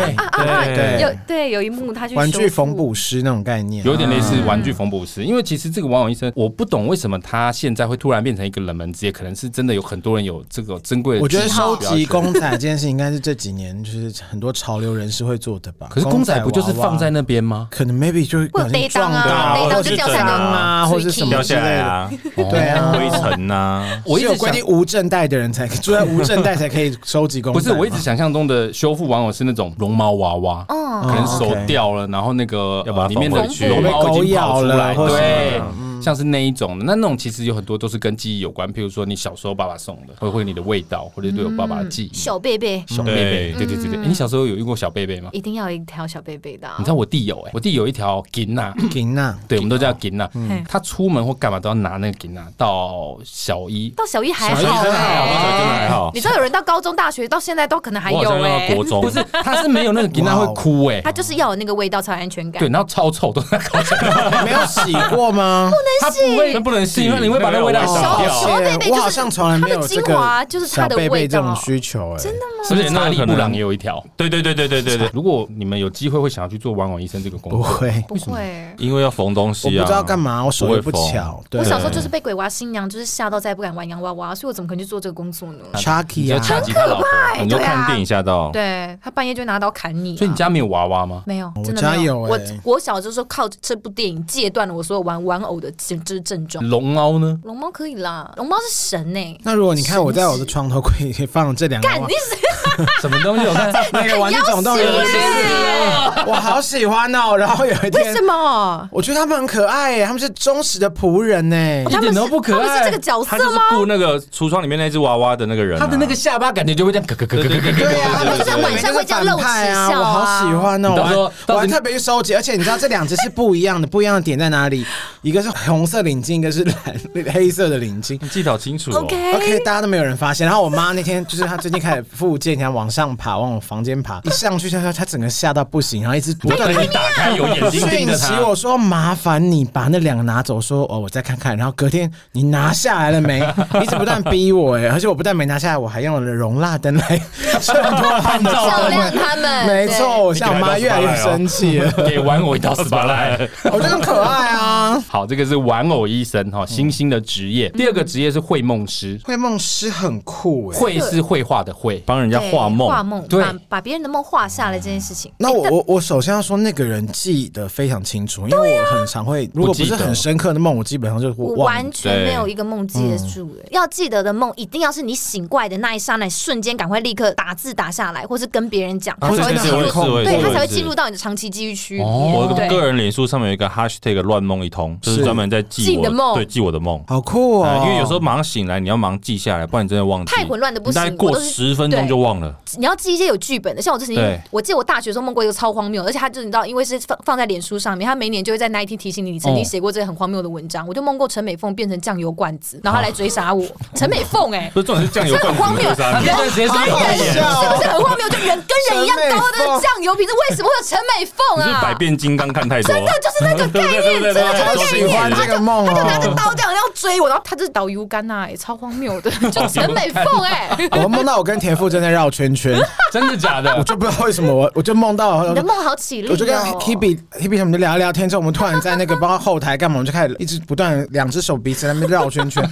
B: 对
C: 有
B: 对，
C: 对有一幕他去
B: 玩具
C: 修复
B: 缝补师那种概念，啊
A: 有点类似玩具缝补
B: 嗯
A: 师。因为其实这个玩偶医生，我不懂为什么他现在会突然变成一个冷门职业，可能是真的有很多人有这个珍贵的。
B: 我觉得收
A: 不要
B: 集
A: 去
B: 公仔这件事，应该是这几年就是很多潮流人士会做的吧。
A: 可是公仔不就是放在
B: 娃娃
A: 那边吗？
B: 可能 maybe 就
E: 会有
B: 被
E: 背当
B: 撞
E: 啊
B: 到啊，
D: 背
B: 或
D: 当
B: 者
D: 就掉下来
B: 脏啊，
E: 的
B: 或是
E: Tricky
B: 什么
D: 掉
B: 之
D: 下
B: 类
D: 来
B: 的。
A: 哦
D: 啊，
B: 对啊，
D: 灰尘呐。
A: 我一
B: 是
A: 直
B: 有规
A: 想
B: 定无证带的人才可以，住在无证贷才可以收集公
A: 不
B: 版吗。
A: 是，我一直想象中的修复玩偶是那种绒毛娃娃，
E: 哦，
A: 可能手
B: OK
A: 掉了，然后那个呃
D: 要把它
A: 里面
D: 缝
A: 的
D: 回去
A: 绒毛已经跑出来，
B: 被狗咬了或
A: 对啊
B: 什，
A: 像是那一种的。那那种其实有很多都是跟记忆有关，譬如说你小时候爸爸送的，会会你的味道，或者对我爸爸的记忆。
C: 嗯小贝贝
A: 小贝贝，
D: 嗯
A: 对对对对，诶你小时候有遇过小贝贝吗？
C: 一定要有一条小贝贝的啊、
A: 你知道我弟有哎，我弟有一条金娜，
B: 金娜，
A: 对，我们都叫金娜
C: 嗯，
A: 他出门或干嘛都要拿那个金娜到小一。
C: 到小一还好欸
B: 小一还好
D: 到小一真的还好
C: 你知道有人到高中、大学到现在都可能还
D: 我好
C: 有
D: 像用
C: 哎、
D: 到国中，
A: 不是，他是没有那个金娜会
B: 哇哦
A: 哭哎
C: 他，就是要有那个味道才有安全感。
A: 对，然后超臭，都在高中。
B: 没有洗过 吗？哦
A: 它不会，不能吸，因为你会把那个味道
D: 那个
A: 洗
D: 要
C: 小
D: 掉
A: 掉。
C: 小贝贝就是
B: 我好像从来没有这
C: 它的精华
B: 个
C: 就是它
B: 小
C: 的
B: 贝
C: 味
B: 贝
C: 道
B: 这种需求，哎，真的
A: 是不是查理
D: 可
A: 布
D: 能
A: 朗也有一条？
D: 对对对对对对对，
A: 如果你们有机会会想要去做玩偶医生这个工
B: 不
A: 作，
B: 会，
C: 不会。
D: 因为要缝东西
B: 我
D: 啊，
B: 不知道干嘛，我手又不
D: 不会缝
B: 巧。对
C: 我小时候就是被鬼娃新娘就是吓到，再也不敢玩洋娃娃，所以我怎么可能去做这个工作呢？
A: 你
B: Chucky
A: 要
B: 啊
A: 查，吉他老婆。
D: 你就看电影哦吓到，
C: 对啊他半夜就拿刀砍你啊、
A: 所以你家没有娃娃吗？
C: 没有，
B: 我
C: 真的
B: 家
C: 没有。
B: 有
C: 我
B: 欸
C: 我小时候靠这部电影戒断了我所有玩玩偶的这这症
B: 嗯
C: 状。
A: 龙猫呢？
C: 龙猫可以啦，龙猫是神呢、
B: 那如果你看我在我的床头柜里放这两个娃
C: 干
B: 娃
C: 你，是
A: 什么东西？我看
B: 那哎个玩具总动员的电视，我好喜欢哦。然后有一
C: 为
B: 天
C: 什，么？
B: 我觉得他们很可爱啊耶，他们是忠实的仆人呢。
A: 一点都不可
C: 他们是
A: 爱
C: 这个。角
D: 他
C: 色
D: 就是
C: 吗？哦
D: 雇那个橱窗里面那只娃娃的那个人啊，
A: 他的那个下巴感觉就会这样咯咯咯咯咯咯咯。
B: 对啊，
D: 他们
C: 在晚上会这样露齿
B: 啊，
C: 笑
B: 我
C: 啊
B: 好喜欢哦！
A: 你到时候到时
B: 我还
A: 候
B: 我还特别去收集，而且你知道这两只是不一样的，不一样的点在哪里？一个是红色领巾，一个是蓝黑色的领巾。
D: 你记得好清楚哦。
B: OK，大家都没有人发现。然后我妈那天就是她最近开始复健，想往上爬，往我房间 爬，一上去她说她整个吓到不行，然后一直不断
A: 那
B: 的
A: 你打开有 眼睛盯
B: 讯
A: 着
B: 息
A: 他，
B: 我说麻烦你把那两个拿走，说哦我再看看。然后隔天你拿下来了没？ 一直不断逼我哎，而且我不但没拿下来，我还用了容蜡灯来 衬托他们。
C: 照亮他 们，
B: 没错，我
D: 对
B: 像我妈越来越生 气了，
A: 给玩偶一道十八来。
B: 我觉得很可爱啊。
A: 好，这个是玩偶医生哈，新兴的职业。第二个职业是绘梦师，
B: 绘梦师很酷哎、
A: 绘是绘画的绘，
D: 帮人
C: 对
D: 家画梦，
C: 画梦，
A: 对
C: 把把别人的梦画下来这件事情。
B: 那我我我首先要说，那个人记得非常清楚，因为我很常会，如果不是很深刻的梦，我基本上就是
C: 啊我
B: 忘
C: 完全没有一个梦记得住的，要记得的梦一定要是你醒过来的那一刹那，瞬间赶快立刻打字打下来，或是跟别人讲，
B: 啊
C: 他才会
B: 对
C: 进
B: 对对我
C: 入
B: 也是我，也
D: 是
C: 对他
D: 我也
C: 才会
D: 是
C: 进入到你的长期记忆区里
A: 哦
D: 我
C: 面。
D: 个
C: 对，
D: 人脸书上面有一个 hashtag 乱梦一通，就是
B: 是
D: 专门在
C: 记
D: 记
C: 你
D: 我
C: 的梦
D: 对记我的梦。
B: 好酷哦、
D: 啊因为 有时候马上醒来，你要忙记下来，不然你真的忘记。
C: 太混乱的不
D: 你大概
C: 行我
D: 过
C: 都是
D: 十分钟
C: 对
D: 就忘了。
C: 你要记一些有剧本的，像我之
D: 对
C: 前，我记得我大学的时候梦过一个超荒谬，而且他就你知道，因为是放放在脸书上面，他每年就会在那一天提醒你，你曾经
A: 哦
C: 写过这个很荒谬的文章。我就梦过陈美凤变成酱油罐子，然后他来追杀 我。陈美凤，哎，
D: 不是重点是 酱油
C: 这
D: 罐
C: 很
D: 子
C: 荒
D: 怎
C: 谬，啊人
D: 么会杀你
A: 这段时间是有
B: 好
C: 人
B: 笑哦
C: 是不是很荒谬？就人跟人一样高的酱油瓶子，为什么会有陈美凤
D: 你是不
C: 啊？
D: 是百变金刚看太多，
C: 真的就是那个概念，真的
B: 好
C: 就是
B: 喜
C: 概
B: 欢
C: 念。
B: 这个梦
C: 他就拿着
B: 哦、
C: 刀这样要追我，然后他就是导游干呐，也超荒谬的， 就陈美凤哎、
B: 我梦到我跟田馥甄在绕圈圈，
A: 真的假
B: 我
A: 的？
B: 就不知道为什么我我就梦到
C: 你的梦好起立、哦，
B: 我就跟 Hebe Hebe 他们就聊一聊天之后，我们突然在那个包括后台干嘛，我们就开始一直不断两只手彼此在那边绕圈 圈，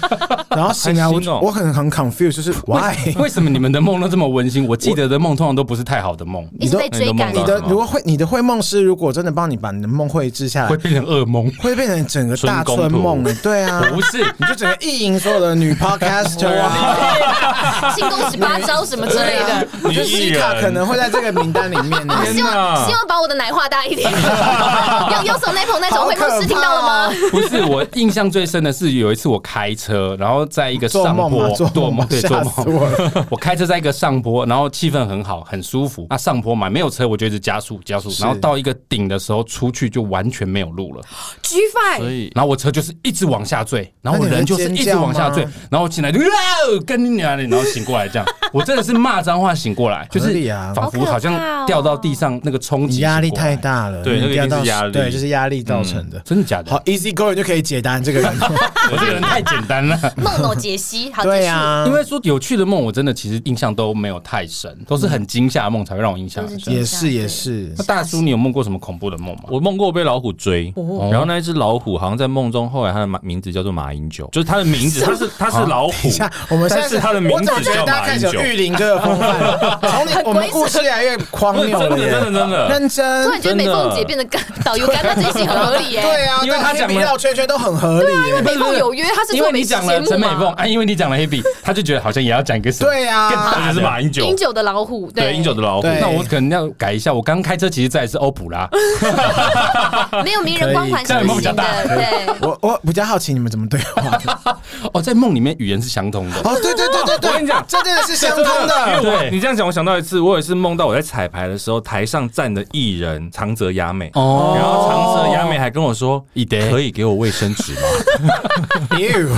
B: 然后醒来我
D: 开心哦
B: 我很很 confused，就是 why
A: 为什么你们的梦都这么温馨？我记得的梦通常都不是太好的梦，
C: 一直被追赶
D: 你
B: 你
D: 都
B: 的
D: 什么
B: 如果会你的绘梦师如果真的帮你把你的梦绘制下
A: 会
B: 来，
A: 变成噩梦。
B: 会变成整个大
D: 春
B: 春
D: 宫图
B: 梦欸，对啊，
A: 不是，
B: 你就整个意淫所有的女 podcaster 啊，
C: 庆功十八招什么之类的。
B: 我觉得西卡可能会在这个名单里面呢。
C: 哦希望
D: 哪
C: 希望把我的奶画大一点，有有手奶 捧那种会梦师听到了吗？
A: 不是，我印象最深的是有一次我开车，然后在一个
B: 做
A: 上
B: 梦
A: 坡
B: 嘛，，做梦嘛，
A: 对做
B: 吓死
A: 梦。
B: 我了！
A: 我开车在一个上坡，然后气氛很好，很舒服。那上坡嘛，没有车，我就一直加速加速，然后到一个顶的时候出去就完全没有路了，
C: G Five
D: 所以
A: 然后我车就是一直往下坠，然后我
B: 那你
A: 人
B: 会
A: 就是一
B: 尖
A: 直
B: 叫
A: 往下坠
B: 吗，
A: 然后我醒来就啊，跟你娘的，然后醒过来这 样，我真的是骂脏话醒过来，就
B: 合
A: 是
B: 理啊
A: 仿佛
C: 好可
A: 好像
C: 怕哦
A: 掉到地上那个冲
B: 你
A: 击，
B: 压力太，大了，
D: 对那个一定
B: 你
D: 是
B: 压到
D: 压力嗯
B: 对，就是压力造成的。
A: 真的假的
B: 好？，easy going 就可以解答你这个人。
A: 我这个人太简单了。
C: 梦诺解析，好
B: 对
C: 结束。
B: 啊，
A: 因为说有趣的梦，我真的其实印象都没有太深，都是很惊吓的梦才会让我印象很
C: 都
A: 深。
B: 也是也是
A: 那，大叔，你有梦过什么恐怖的梦吗？
D: 我梦过被老虎追，
C: 哦
D: 然后那一只老虎好像在梦中，后来它的名字叫做马英九，就是它的名字，它是它是老虎
B: 像，我们现
D: 但
B: 在
D: 是它的名
B: 我
D: 字
B: 总觉得
D: 叫
B: 大家
D: 马
B: 开
D: 英
B: 始
D: 九
B: 有
A: 有
B: 玉林哥的风范，从你我们故事越来越荒
D: 真
B: 谬
D: 的
B: 了耶，
D: 真的真的，
B: 认真
C: 突。然觉得美
D: 真的
C: 凤姐变得干导游干，那这一集很合理耶。
B: 对啊，
A: 因为他
B: 大黑
A: 讲
B: 皮
A: 了
B: 绕圈圈都很合理耶，
C: 美凤有约，她是
A: 因为
C: 做
A: 你
C: 美食
A: 讲
C: 节
A: 了陈
C: 目
A: 美凤
C: 嘛？
A: 啊，因为你讲了 Hebe，他就觉得好像也要讲一个什么。
B: 对啊
A: 更大
D: 就是马英
C: 饮
D: 九，
C: 酒的老虎，
D: 对英九的老虎，
B: 对
A: 那我可能要改一下，我刚开车其实在的是欧普 拉，
C: 没有名人光环是
A: 可以
C: 不行
A: 这样
C: 的，对。
B: 我我比较好奇你们怎么对话的。
A: 哦，在梦里面语言是相通的。
B: 哦，对对对对对，
D: 我跟你讲
B: 这真的是相通 的。
A: 对
D: 你这样讲，哎我想到一次，我有一次梦到我在彩排的时候，台上站的艺人长泽雅美，
A: 哦哎
D: 然后长泽雅美还跟我说：“
A: 一得
D: 可以给我卫生纸吗
B: You，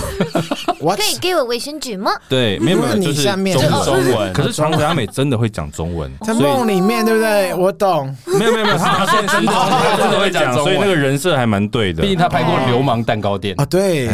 B: 我
C: 哎
E: 可以给我卫生纸吗？？”
D: 对，没有没有，
B: 你
D: 就是
B: 下
D: 中
B: 面
D: 文
B: 中
A: 哦
D: 可是长泽雅美真的会讲中 文，
B: 在
D: 所以
B: 梦里面，对不对？我懂。
D: 没有没有没有，他现实中 真的会讲，所以那个人设还蛮对的
A: 毕。竟他拍过《流氓蛋糕店
B: 啊，》，对，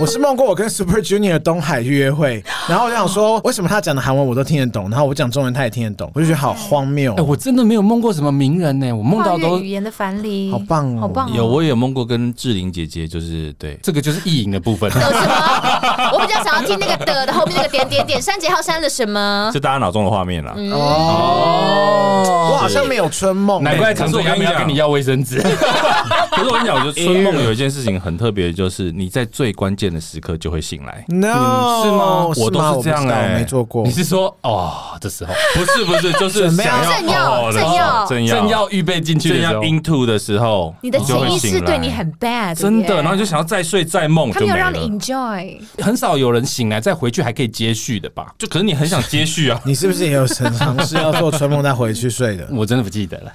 B: 我是梦过我跟 Super Junior 东海去约会，然后我就想说，为什么他讲的韩文我都听得懂，然后我讲中文他也听得懂，我就觉得好荒谬
A: 哎，。我真的没有梦过什么名人呢，我梦
C: 跨
A: 到
C: 越
A: 都
C: 语言的樊篱，
B: 好棒哦
C: 好棒！
D: 有我也有梦过跟志玲姐姐，就是对，
A: 这个就是意淫的部分。
C: 有什么？我比较想要听那个的的后面那个点点点，山杰浩删了什么？
D: 就大家脑中的画面啦。
A: 哦，
B: 我好像没有春梦，欸
A: 难怪长
D: 可是
A: 泽
D: 我跟
A: 雅
D: 你
A: 美要跟
D: 讲
A: 你要卫生纸。
D: 可是我跟你讲，我觉得春
A: 哎
D: 梦有一件事情很特别，就是你在最关键的时刻就会醒来。
B: No，
D: 是吗我都是
B: 我不知道
D: 这样欸
B: 我没做过
A: 你。是说哦，这时候
D: 不是不是，就是
B: 准备要，
D: 想
C: 正要
D: 哦的时候
C: 正要
D: 正要
A: 正要预备进去
D: 正
A: 的时
D: 要
A: 候，
D: into 的时候，
C: 你的
D: 就会
C: 潜意识
D: 醒来
C: 对你很 bad，
D: 真
C: 耶
D: 的，然后就想要再睡再梦，
C: 他
D: 就
C: 没
D: 没
C: 有
D: 了。
C: 让你 enjoy。
A: 很少有人醒来再回去还可以接续的吧？
D: 就可是你很想接续啊
B: 你是不是也有很尝试要做春梦再回去睡 的？
A: 我真的不记得了。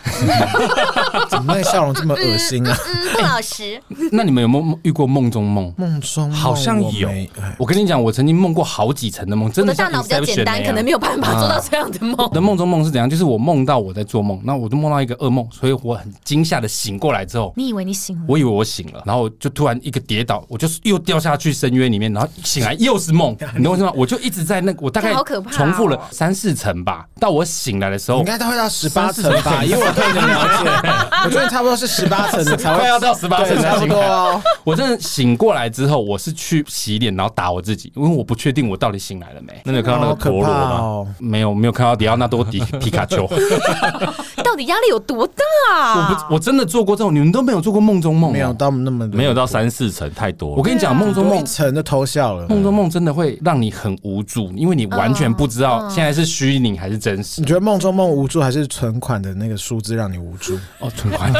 B: 怎么那个笑容这么恶心啊？
E: 嗯，不老实。
A: 那你们有梦遇过梦中梦？
B: 梦中梦
D: 好像有
B: 我没哎
A: 我跟你讲，我曾经梦过好几层的梦，真
C: 我
A: 的啊像
C: 的大脑比较
A: Inception
C: 简
A: 那
C: 单，
A: 样
C: 可能没有办法做到这样的梦
A: 我。的梦中梦是怎样？就是我梦到我在做梦，那我就梦到一个噩梦，所以我很惊吓的醒过来之后，
C: 你以为你醒了？
A: 我以为我醒了，然后就突然一个跌倒，我就又掉下去深渊里面，然后醒来又是梦，你懂我意思吗？我就一直在那个，我大概
C: 好可怕哦
A: 重复了三四层吧，到我醒来的时
B: 应
A: 候，
B: 该都会到十八层吧，因为我对你的了解， 我觉得差不多是十 八层的才会
A: 快要到18层才
B: 对差不多哦。
A: 我真的醒过来之后，我是去洗脸，然后打我自己，因为我不确定我到底醒来了没。
D: 那你有看到那
B: 好
D: 个
B: 可
D: 陀螺
B: 怕
D: 吗？
B: 哦！
A: 没有没有看到迪奥纳多迪皮卡 丘，我
C: 到底压力有多大啊？
A: 不我真的做过这种，你们都没有做过梦中梦、啊
B: 没有。到那么
D: 没有到三四层，太多了。
A: 我跟你讲，梦中
B: 多
C: 啊
B: 一
A: 梦，
B: 层就偷笑了。
A: 梦中梦真的会让你很无助，因为你完全不知
C: 嗯
A: 道现在是虚拟还是真实
B: 你。觉得梦中梦无助，还是存款的那个数字让你无助？
A: 哦，存 款，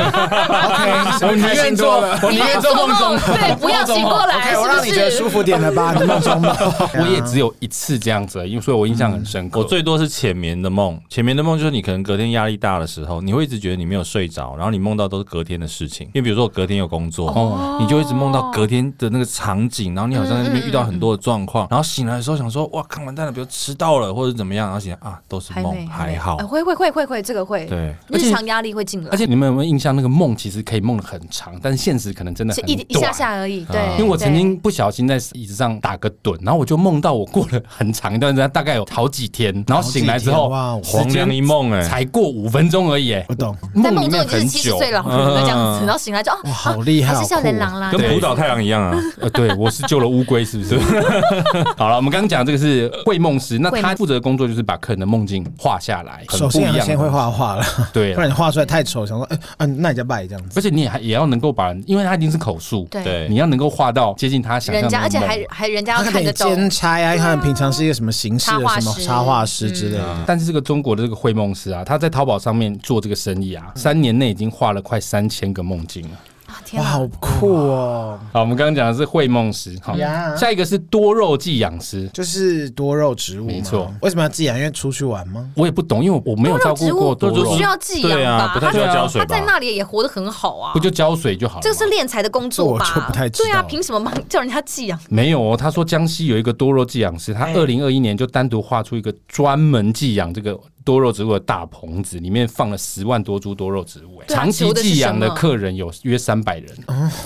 B: OK，
A: 我宁愿做，我宁
C: 你
A: 愿
C: 要
A: 做梦 中，
C: 对，不要醒过来，
B: OK，我让你觉得
C: 是
B: 舒
C: 不是？
B: 服点了吧？你梦 中梦，
C: 啊
A: 我也只有一次这样子而已，因为所以我印象很深刻。
D: 我最多是浅眠的梦，浅眠的梦就是你可能隔天压力大的时候，你会一直觉得你没有睡着，然后你梦到都是隔天的事情。因为比如说我隔天有工作，你就一直梦到隔天的那个场景，然后你好像在那边遇到很多的状况，然后醒来的时候想说哇，看完蛋了，比如迟到了或者怎么样，然后醒来啊都是
C: 还没
D: 梦，还好
C: 呃。会会会会会，这个会，
D: 对，
C: 日常压力会进来
A: 而，且你们有没有印象，那个梦其实可以梦得很长，但是现实可能真的
C: 是
A: 很
C: 一一下
A: 短
C: 下而已，对。
A: 因为我曾
C: 对
A: 经不小心在椅子上打个盹，然后我就梦到我过了很长一段时间，大概有好几天，然后醒来之
B: 好几
A: 后
B: 天哇哦，
A: 时
D: 黄
A: 间
D: 粱一梦哎、
A: 才过五分钟而已，哎
B: 我懂，
C: 在
A: 梦
C: 梦
A: 里
C: 中
A: 面
C: 已经是
A: 很
C: 七十
A: 久。
C: 岁老人了这样子，然后醒来就哦，
B: 哇，好厉害，
C: 还是
B: 好
C: 笑
B: 酷啊
C: 脸狼啦，
D: 跟浦岛太郎一样啊。
A: 呃，对，我是救了乌龟，是不是？ 好了，我们刚刚讲这个是会梦师，那
C: 会
A: 他
C: 梦
A: 负责的工作就是把客人的梦境画下来，很
B: 首
A: 不一
B: 先
A: 样
B: 要
A: 的。
B: 先会画画了，
D: 啊
A: 对
B: 不
A: 啦，
B: 然你画出来太丑，想说，哎，啊，那你家拜这样子。
A: 而且你也还也要能够把，因为他已经是口述，
C: 对，
D: 对，
A: 你要能够画到接近他想象
C: 人
A: 的
C: 家而且
A: 梦
C: 还还人家
B: 他
C: 要
B: 可能
C: 看
B: 也
C: 得懂，
B: 兼差啊，因为他们平常是一个什么形式的
C: 插画
B: 什么
C: 师
B: 插画
A: 嗯
B: 师之类的。
A: 但是这个中国的这个绘梦师啊，他在淘宝上面做这个生意
C: 嗯
A: 啊，三年内已经画了快三千个梦境了。
C: 啊
B: 哇，
C: 天哪
B: 好！酷哦！
A: 好，我们刚刚讲的是绘梦师，好
B: 呀
A: 下一个是多肉寄养师。
B: 就是多肉植物嘛，
A: 没错
B: 为什么要寄养？因为出去玩吗？
A: 我也不懂，因为我没有照顾过多
C: 多肉植物
A: 肉
C: 不需，要寄
D: 对
C: 养
D: 啊
C: 吧？，
D: 不太需要
C: 他
D: 浇水
C: 他
D: 吧
C: 在？那里也活得很好啊
A: 不。就浇水就好了吗。
C: 这个是敛财的工作吧？
B: 这我就不太知道
C: 对啊，凭什么忙叫人家啊寄养？
A: 没有哦。
C: 哎
A: 他说江西有一个多肉寄养师，他二零二一年就单独画出一个专门寄养这个多肉植物的大棚子，里面放了十万多株多肉植物、欸
C: 对啊嗯
A: 长期
C: 求的是
A: 寄养的
C: 什么
A: 客人有约三百人，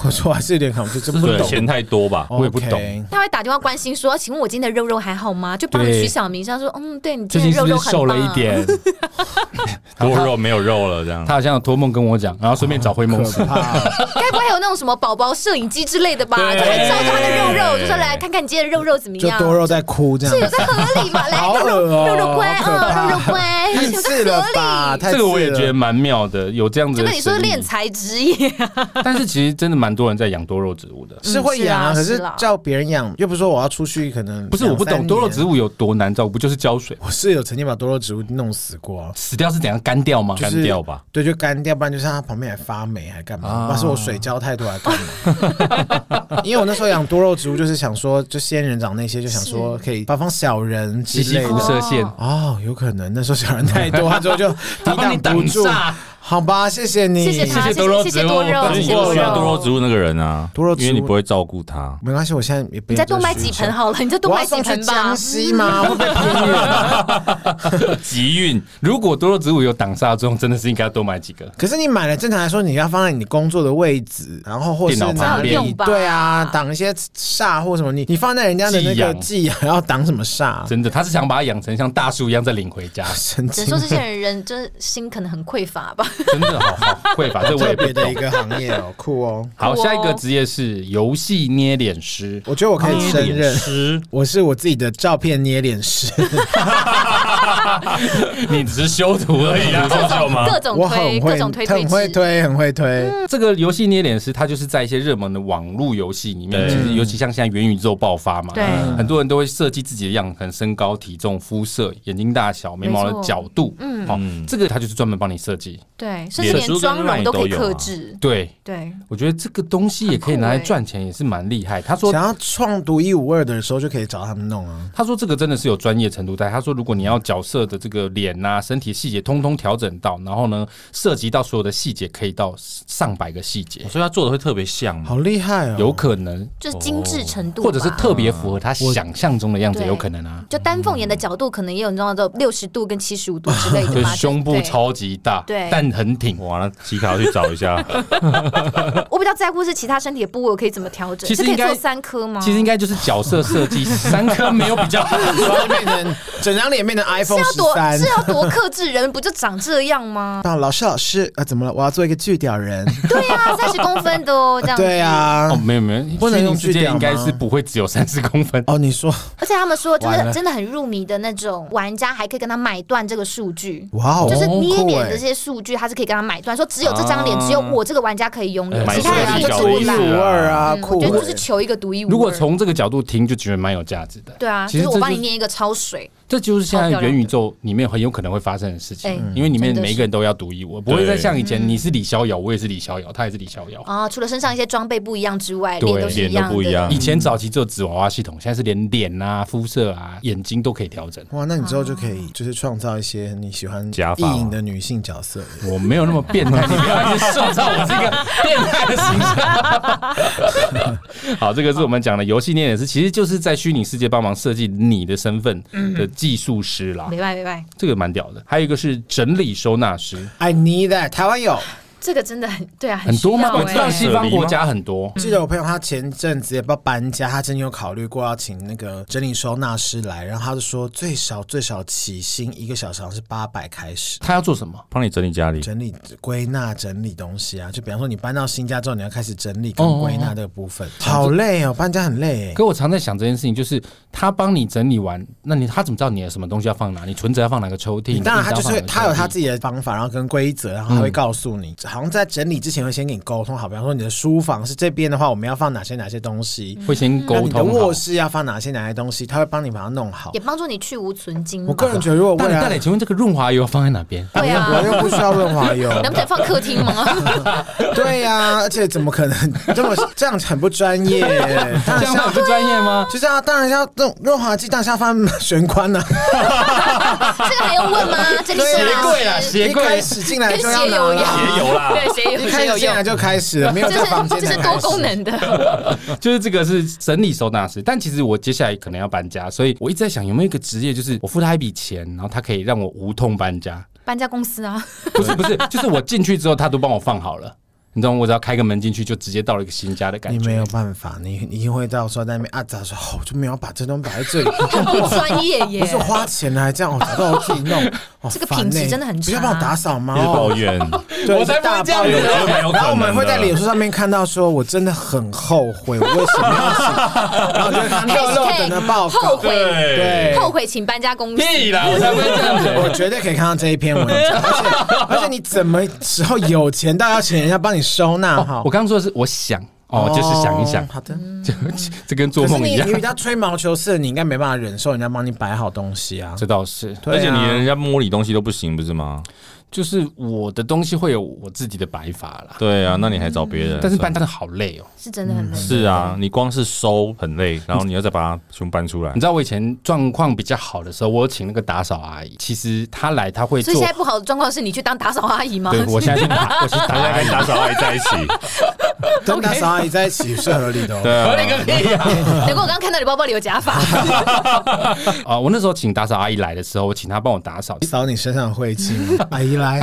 B: 我说我还是有点看不真不
D: 对，
B: 懂，
D: 钱太多吧？
A: 我也不懂
B: OK
C: 他会打电话关心说：“请问我今天的肉肉还好吗？”就帮你
A: 对
C: 取小名，像说：“嗯，对你今
A: 最
C: 天
A: 近是
C: 的肉
A: 不
C: 肉
A: 是
C: 很
A: 瘦
C: 棒啊
A: 了一。点？
D: 多肉没有肉了，这样
A: 他好像有托梦跟我讲，然后顺便找灰梦师
B: 可。怕 哦。
C: 该不会有那种什么宝宝摄影机之类的吧？
A: 对
C: 就会照着他的肉肉，就说来看看你今天的肉肉怎么
B: 就
C: 样？
B: 多肉在哭这
C: 这有
B: 样，
C: 在合理吗？来，
B: 好
C: 肉
B: 恶
C: 肉
B: 哦
C: 肉肉乖
B: 好可怕
C: 啊，肉肉乖，
B: 太
C: 有
B: 刺
C: 在
B: 了
C: 合
B: 吧？
C: 理。”
B: 太
A: 这个我也觉得
B: 得，
A: 蛮妙的，有这样子
C: 就
A: 的
C: 跟你说
A: 生意
C: 练才职业，
A: 但是其实真的蛮多人在养多肉植物的。
B: 是会养啊，
C: 嗯是啊
B: 可是
C: 是啊
B: 叫别人养，又不是说我要出去，可能
A: 不是我不
B: 两
A: 懂
B: 三
A: 多肉植
B: 年。
A: 物有多难照顾，就是浇水
B: 我室友曾经把多肉植物弄死过啊，
A: 死掉是怎样干掉吗？
B: 就是
D: 干掉吧。
B: 对，就干掉，不然就是它旁边还发霉，还干嘛？
A: 啊
B: 不知道是我水浇太多还干嘛？ 因为我那时候养多肉植物，就是想说，就仙人掌那些，就想说可以发放小人之
A: 吸吸
B: 类
A: 辐
B: 的。
A: 射线，
B: 哦，有可能那时候小人太 多，他之后就抵
A: 帮你
B: 挡不
A: 挡
B: 住。
A: 煞
B: 好吧，谢谢你，
C: 谢谢他，
A: 谢
C: 谢
A: 多肉
C: 谢谢谢多
A: 植物
C: 肉，
D: 所以
C: 谢
D: 你
C: 谢
D: 就
C: 多
D: 需要多肉
C: 肉。
D: 植物那个人啊，
B: 多肉植物
D: 因为你不会照顾它。
B: 没关系，我现在也不
C: 你再多买几盆好了，你再多
B: 我
C: 买
B: 要
C: 几
B: 送去
C: 盆吧
B: 江。西吗？会被偏远。
D: 集运
A: 如果多肉植物有挡煞作用，真的是应该多买几个。
B: 可是你买了，正常来说你要放在你工作的位置，然后或是
A: 电脑
B: 哪
A: 旁边
B: 里
A: 要有
C: 用吧
B: 对啊，挡一些煞或什么。你你放在人家的那
A: 寄
B: 个
A: 养
B: 寄养，要挡什么煞？
A: 真的，他是想把它养成像大树一样再领回 家，
B: 神
C: 只
B: 经
C: 能说这些人人就是心可能很匮乏吧。
A: 真的好好匮乏，这我
B: 特
A: 也不
B: 别的一
A: 懂。
B: 个行业哦，酷 哦。
A: 好，
C: 酷哦
A: 下一个职业是游戏捏脸师。
B: 我觉得我可以胜任，
A: 师，
B: 我是我自己的照片捏脸师，
A: 你只是修图而已啊，
C: 各
A: 知道
C: 种
A: 吗？
C: 各 种
B: 我
C: 推，
B: 很会，
C: 各种推嗯推
B: 很会
C: 制。
B: 推，很会推。
A: 这个游戏捏脸师，它就是在一些热门的网络游戏里面，
D: 对
A: 其实尤其像现在元宇宙爆发嘛，
C: 对
A: 很多人都会设计自己的样子，可能身高、体重、肤色、眼睛大小、眉毛
C: 没
A: 的
C: 错
A: 角度，嗯，
C: 嗯
A: 好，这个它就是专门帮你设计。
C: 对，甚至连妆容都可以克制。
A: 对，
C: 对，
A: 我觉得这个东西也可以拿来赚钱，也是蛮厉害。他说
B: 想要创独一无二的时候，就可以找他们弄啊。
A: 他说这个真的是有专业程度在。他说，如果你要角色的这个脸呐、身体细节通通调整到，然后呢，涉及到所有的细节，可以到上百个细节，
D: 所以他做的会特别像嘛。
B: 好厉害哦！
A: 有可能，
C: 就是精致程度吧，
A: 哦或者是特别符合他想象中的样子，
C: 对
A: 有可能啊。
C: 就丹凤眼的角度，可能也有那种叫六十度跟七十五度之类
A: 就
C: 的
A: 是
C: 吧。
A: 胸部
C: 对。
A: 超级大，
C: 对
A: 但很挺。
D: 哇，那吉卡要去找一下，
C: 我比较在乎是其他身体的部位，我可以怎么调整？
A: 其实
C: 是可
A: 应
C: 以
A: 该
C: 做三颗吗？
A: 其实应该就是角色设计，三颗没有比较好。
B: 然后就变成整张脸变成
C: 是
B: iPhone
C: 要
B: 十
C: 多
B: 三
C: 是。要啊多克制人，不就长这样吗？
B: 啊，老师，老师，啊，怎么了？我要做一个巨屌 人。
C: 对啊，三十公分的哦，这样子。
B: 对啊
A: 哦，，没有没有，
B: 不能
A: 虚拟
B: 用
A: 世
B: 锯
A: 界
B: 掉
A: 应该
B: 吗
A: 是不会只有三十公分。
B: 哦，你说，
C: 而且他们说，就
B: 完了
C: 是真的很入迷的那种玩家，还可以跟他买断这个数据。
B: 哇哦，
C: 就是捏
B: 酷
C: 脸
B: 欸
C: 的这些数据，他是可以跟他买断，说只有这张脸，只有我这个玩家可以拥有，
A: 哦买
C: 其他
B: 对啊
A: 断
C: 人可以
B: 就
A: 角
B: 独
A: 度
C: 出
B: 一
A: 角
C: 来。
A: 度
B: 无二啊，
C: 嗯，我
B: 酷
C: 觉
B: 欸。
C: 得就是求一个独一无二。
A: 如果从这个角度听，就觉得蛮有价值的。
C: 对啊，
A: 其
C: 就
A: 实
C: 是
A: 这
C: 我帮你
A: 就是
C: 捏一个超水，
A: 这就是现在
C: 超漂亮
A: 元宇宙里面很有可能会发生的事情，
C: 哎
A: 因为里面
C: 真的是
A: 每一个人都要独一无二，不会再
D: 对
A: 像以前你是李逍遥，我也是李逍遥，他也是李逍遥。
C: 啊，除了身上一些装备不一样之外，
A: 对
C: 脸都是
D: 脸都不一
C: 样
D: 样
C: 的。
A: 以前早期只有纸娃娃系统，现在是连脸啊、肤色啊、眼睛都可以调整。
B: 哇，那你之后就可
C: 嗯
B: 以就是创造一些你喜欢
D: 假
B: 意
D: 发吗
B: 淫的女性角色。
A: 我没有那么变态，你不要一直塑造我这个变态的形象。好， 这个是我们讲的游戏念也是，其实就是在虚拟世界帮忙设计你的身份
C: 嗯
A: 的技术师啦，
C: 明白明白，
A: 这个蛮屌的。还有一个是整理收纳师，
B: I need that，台湾有。
C: 这个真的很对啊，
A: 很多吗？
C: 需要
A: 我
C: 欸嗯
A: 知道西方国家很多，
B: 记得我朋友他前阵子也不知道搬家，他真有考虑过要请那个整理收纳师来，然后他就说最少最少起薪一个小时好像是八百开始。
A: 他要做什么？
D: 帮你整理家里。
B: 整理、归纳、整理东西啊，就比方说你搬到新家之后，你要开始整理
A: 哦哦
B: 跟
A: 哦
B: 归纳这个部分，好累哦，搬家很累耶。
A: 可我常在想这件事情，就是他帮你整理完，那你他怎么知道你的什么东西要放哪？你存折要放哪个抽屉？
B: 你当然，他
A: 硬
B: 就
A: 纸要放
B: 是
A: 哪个抽屉
B: 他有他自己的方法，然后跟规则，然后他会告诉你，好像在整理之前会先跟你沟通好，比方说你的书房是这边的话，我们要放哪些哪些东西，
A: 会先
B: 那
A: 沟
B: 你的
A: 通好
B: 卧。室要放哪些哪些东西，他会帮你把它弄好
C: 也。帮助你去无存精嘛。
B: 我个人觉得，如果
A: 大
B: 未
A: 磊，大
B: 来
A: 磊，请问这个润滑油放在哪 边？
C: 对
B: 我
C: 啊，
B: 又不需要润滑油，
C: 能不能放客厅吗？
B: 对呀、而且怎么可能这么这样很不专业？当
A: 这样
B: 然是要
A: 很不专业吗？
B: 就是啊，当然要用润滑剂，当然是要放在玄关呐、
C: 这个很有用问吗？这个
A: 鞋柜啦，
C: 是
A: 哦鞋
B: 一
A: 柜
B: 开始进来
C: 跟
B: 就要
C: 鞋
B: 拿
C: 有一
B: 啦，
C: 样，
D: 也有啦，
C: 对，鞋有
B: 一开
C: 有
B: 始进
C: 用
B: 来。就开始了，没有
C: 这
B: 在房
C: 是
B: 间
C: 这是
B: 才
C: 多
B: 开始
C: 功。能的，
A: 就是这个是整理收纳师，但其实我接下来可能要搬家，所以我一直在想有没有一个职业，就是我付他一笔钱，然后他可以让我无痛搬 家。
C: 搬家公司啊，
A: 不是不是，就是我进去之后，他都帮我放好了。你知道吗，我只要开个门进去，就直接到了一个新家的感
B: 你
A: 觉。
B: 没有办法，你你一定会到时候在那边啊，咋说？哦我就没有把这东西摆在这里，
C: 不专业
B: 不是
C: 耶。
B: 花钱了还这样，我找到我自己 弄，哦
C: 这个
B: 烦
C: 品质
B: 欸
C: 真的很差啊
B: 不要帮我打扫吗？
D: 一直
B: 哦
D: 抱怨，哎
B: 对
A: 我才不会这样子
B: 一直大抱怨
D: 有有有可能的啊
B: 然后我们会在脸书上面看到说，我真的很后悔，我为什么要请，然后就 看到 漏等的报
C: 后
B: 告，
C: 悔，
B: 对，
C: 后悔，请搬家公司。
A: 屁啦，我才不会这样
B: 我
A: 子。
B: 绝对可以看到这一篇文章，而且而且你怎么时候有钱到要请人家帮你收纳好
A: 我？刚刚说的是我想哦，就是想一想，
B: 好的。
C: 嗯
A: 就这跟做
B: 可是
A: 梦一
B: 你
A: 样
B: 你。遇到吹毛求疵，你应该没办法忍受人家帮你摆好东西啊。
A: 这倒是，
B: 对啊
D: 而且你连人家摸你东西都不行，不是吗？
A: 就是我的东西会有我自己的摆法啦。
D: 对啊，那你还找别人？
A: 但是搬家真的好累哦。
C: 是真的很累。
D: 是啊，你光是收很累，然后你要再把它全部搬 出来
A: 你。知道我以前状况比较好的时候，我有请那个打扫阿姨，其实她来她会
C: 所以
A: 做
C: 现在。不好的状况是你去当打扫阿姨吗？
A: 对，我现在去打， 我去打
D: 大家
A: 阿姨
D: 跟。打扫阿姨在一起，
B: 跟打扫阿姨在一起是合 理的、哦。
D: 对啊，
C: 难怪我刚刚看到你包包里有假发，
A: 啊、我那时候请打扫阿姨来的时候，我请她帮我打扫，
B: 扫你身上的晦气，阿姨来，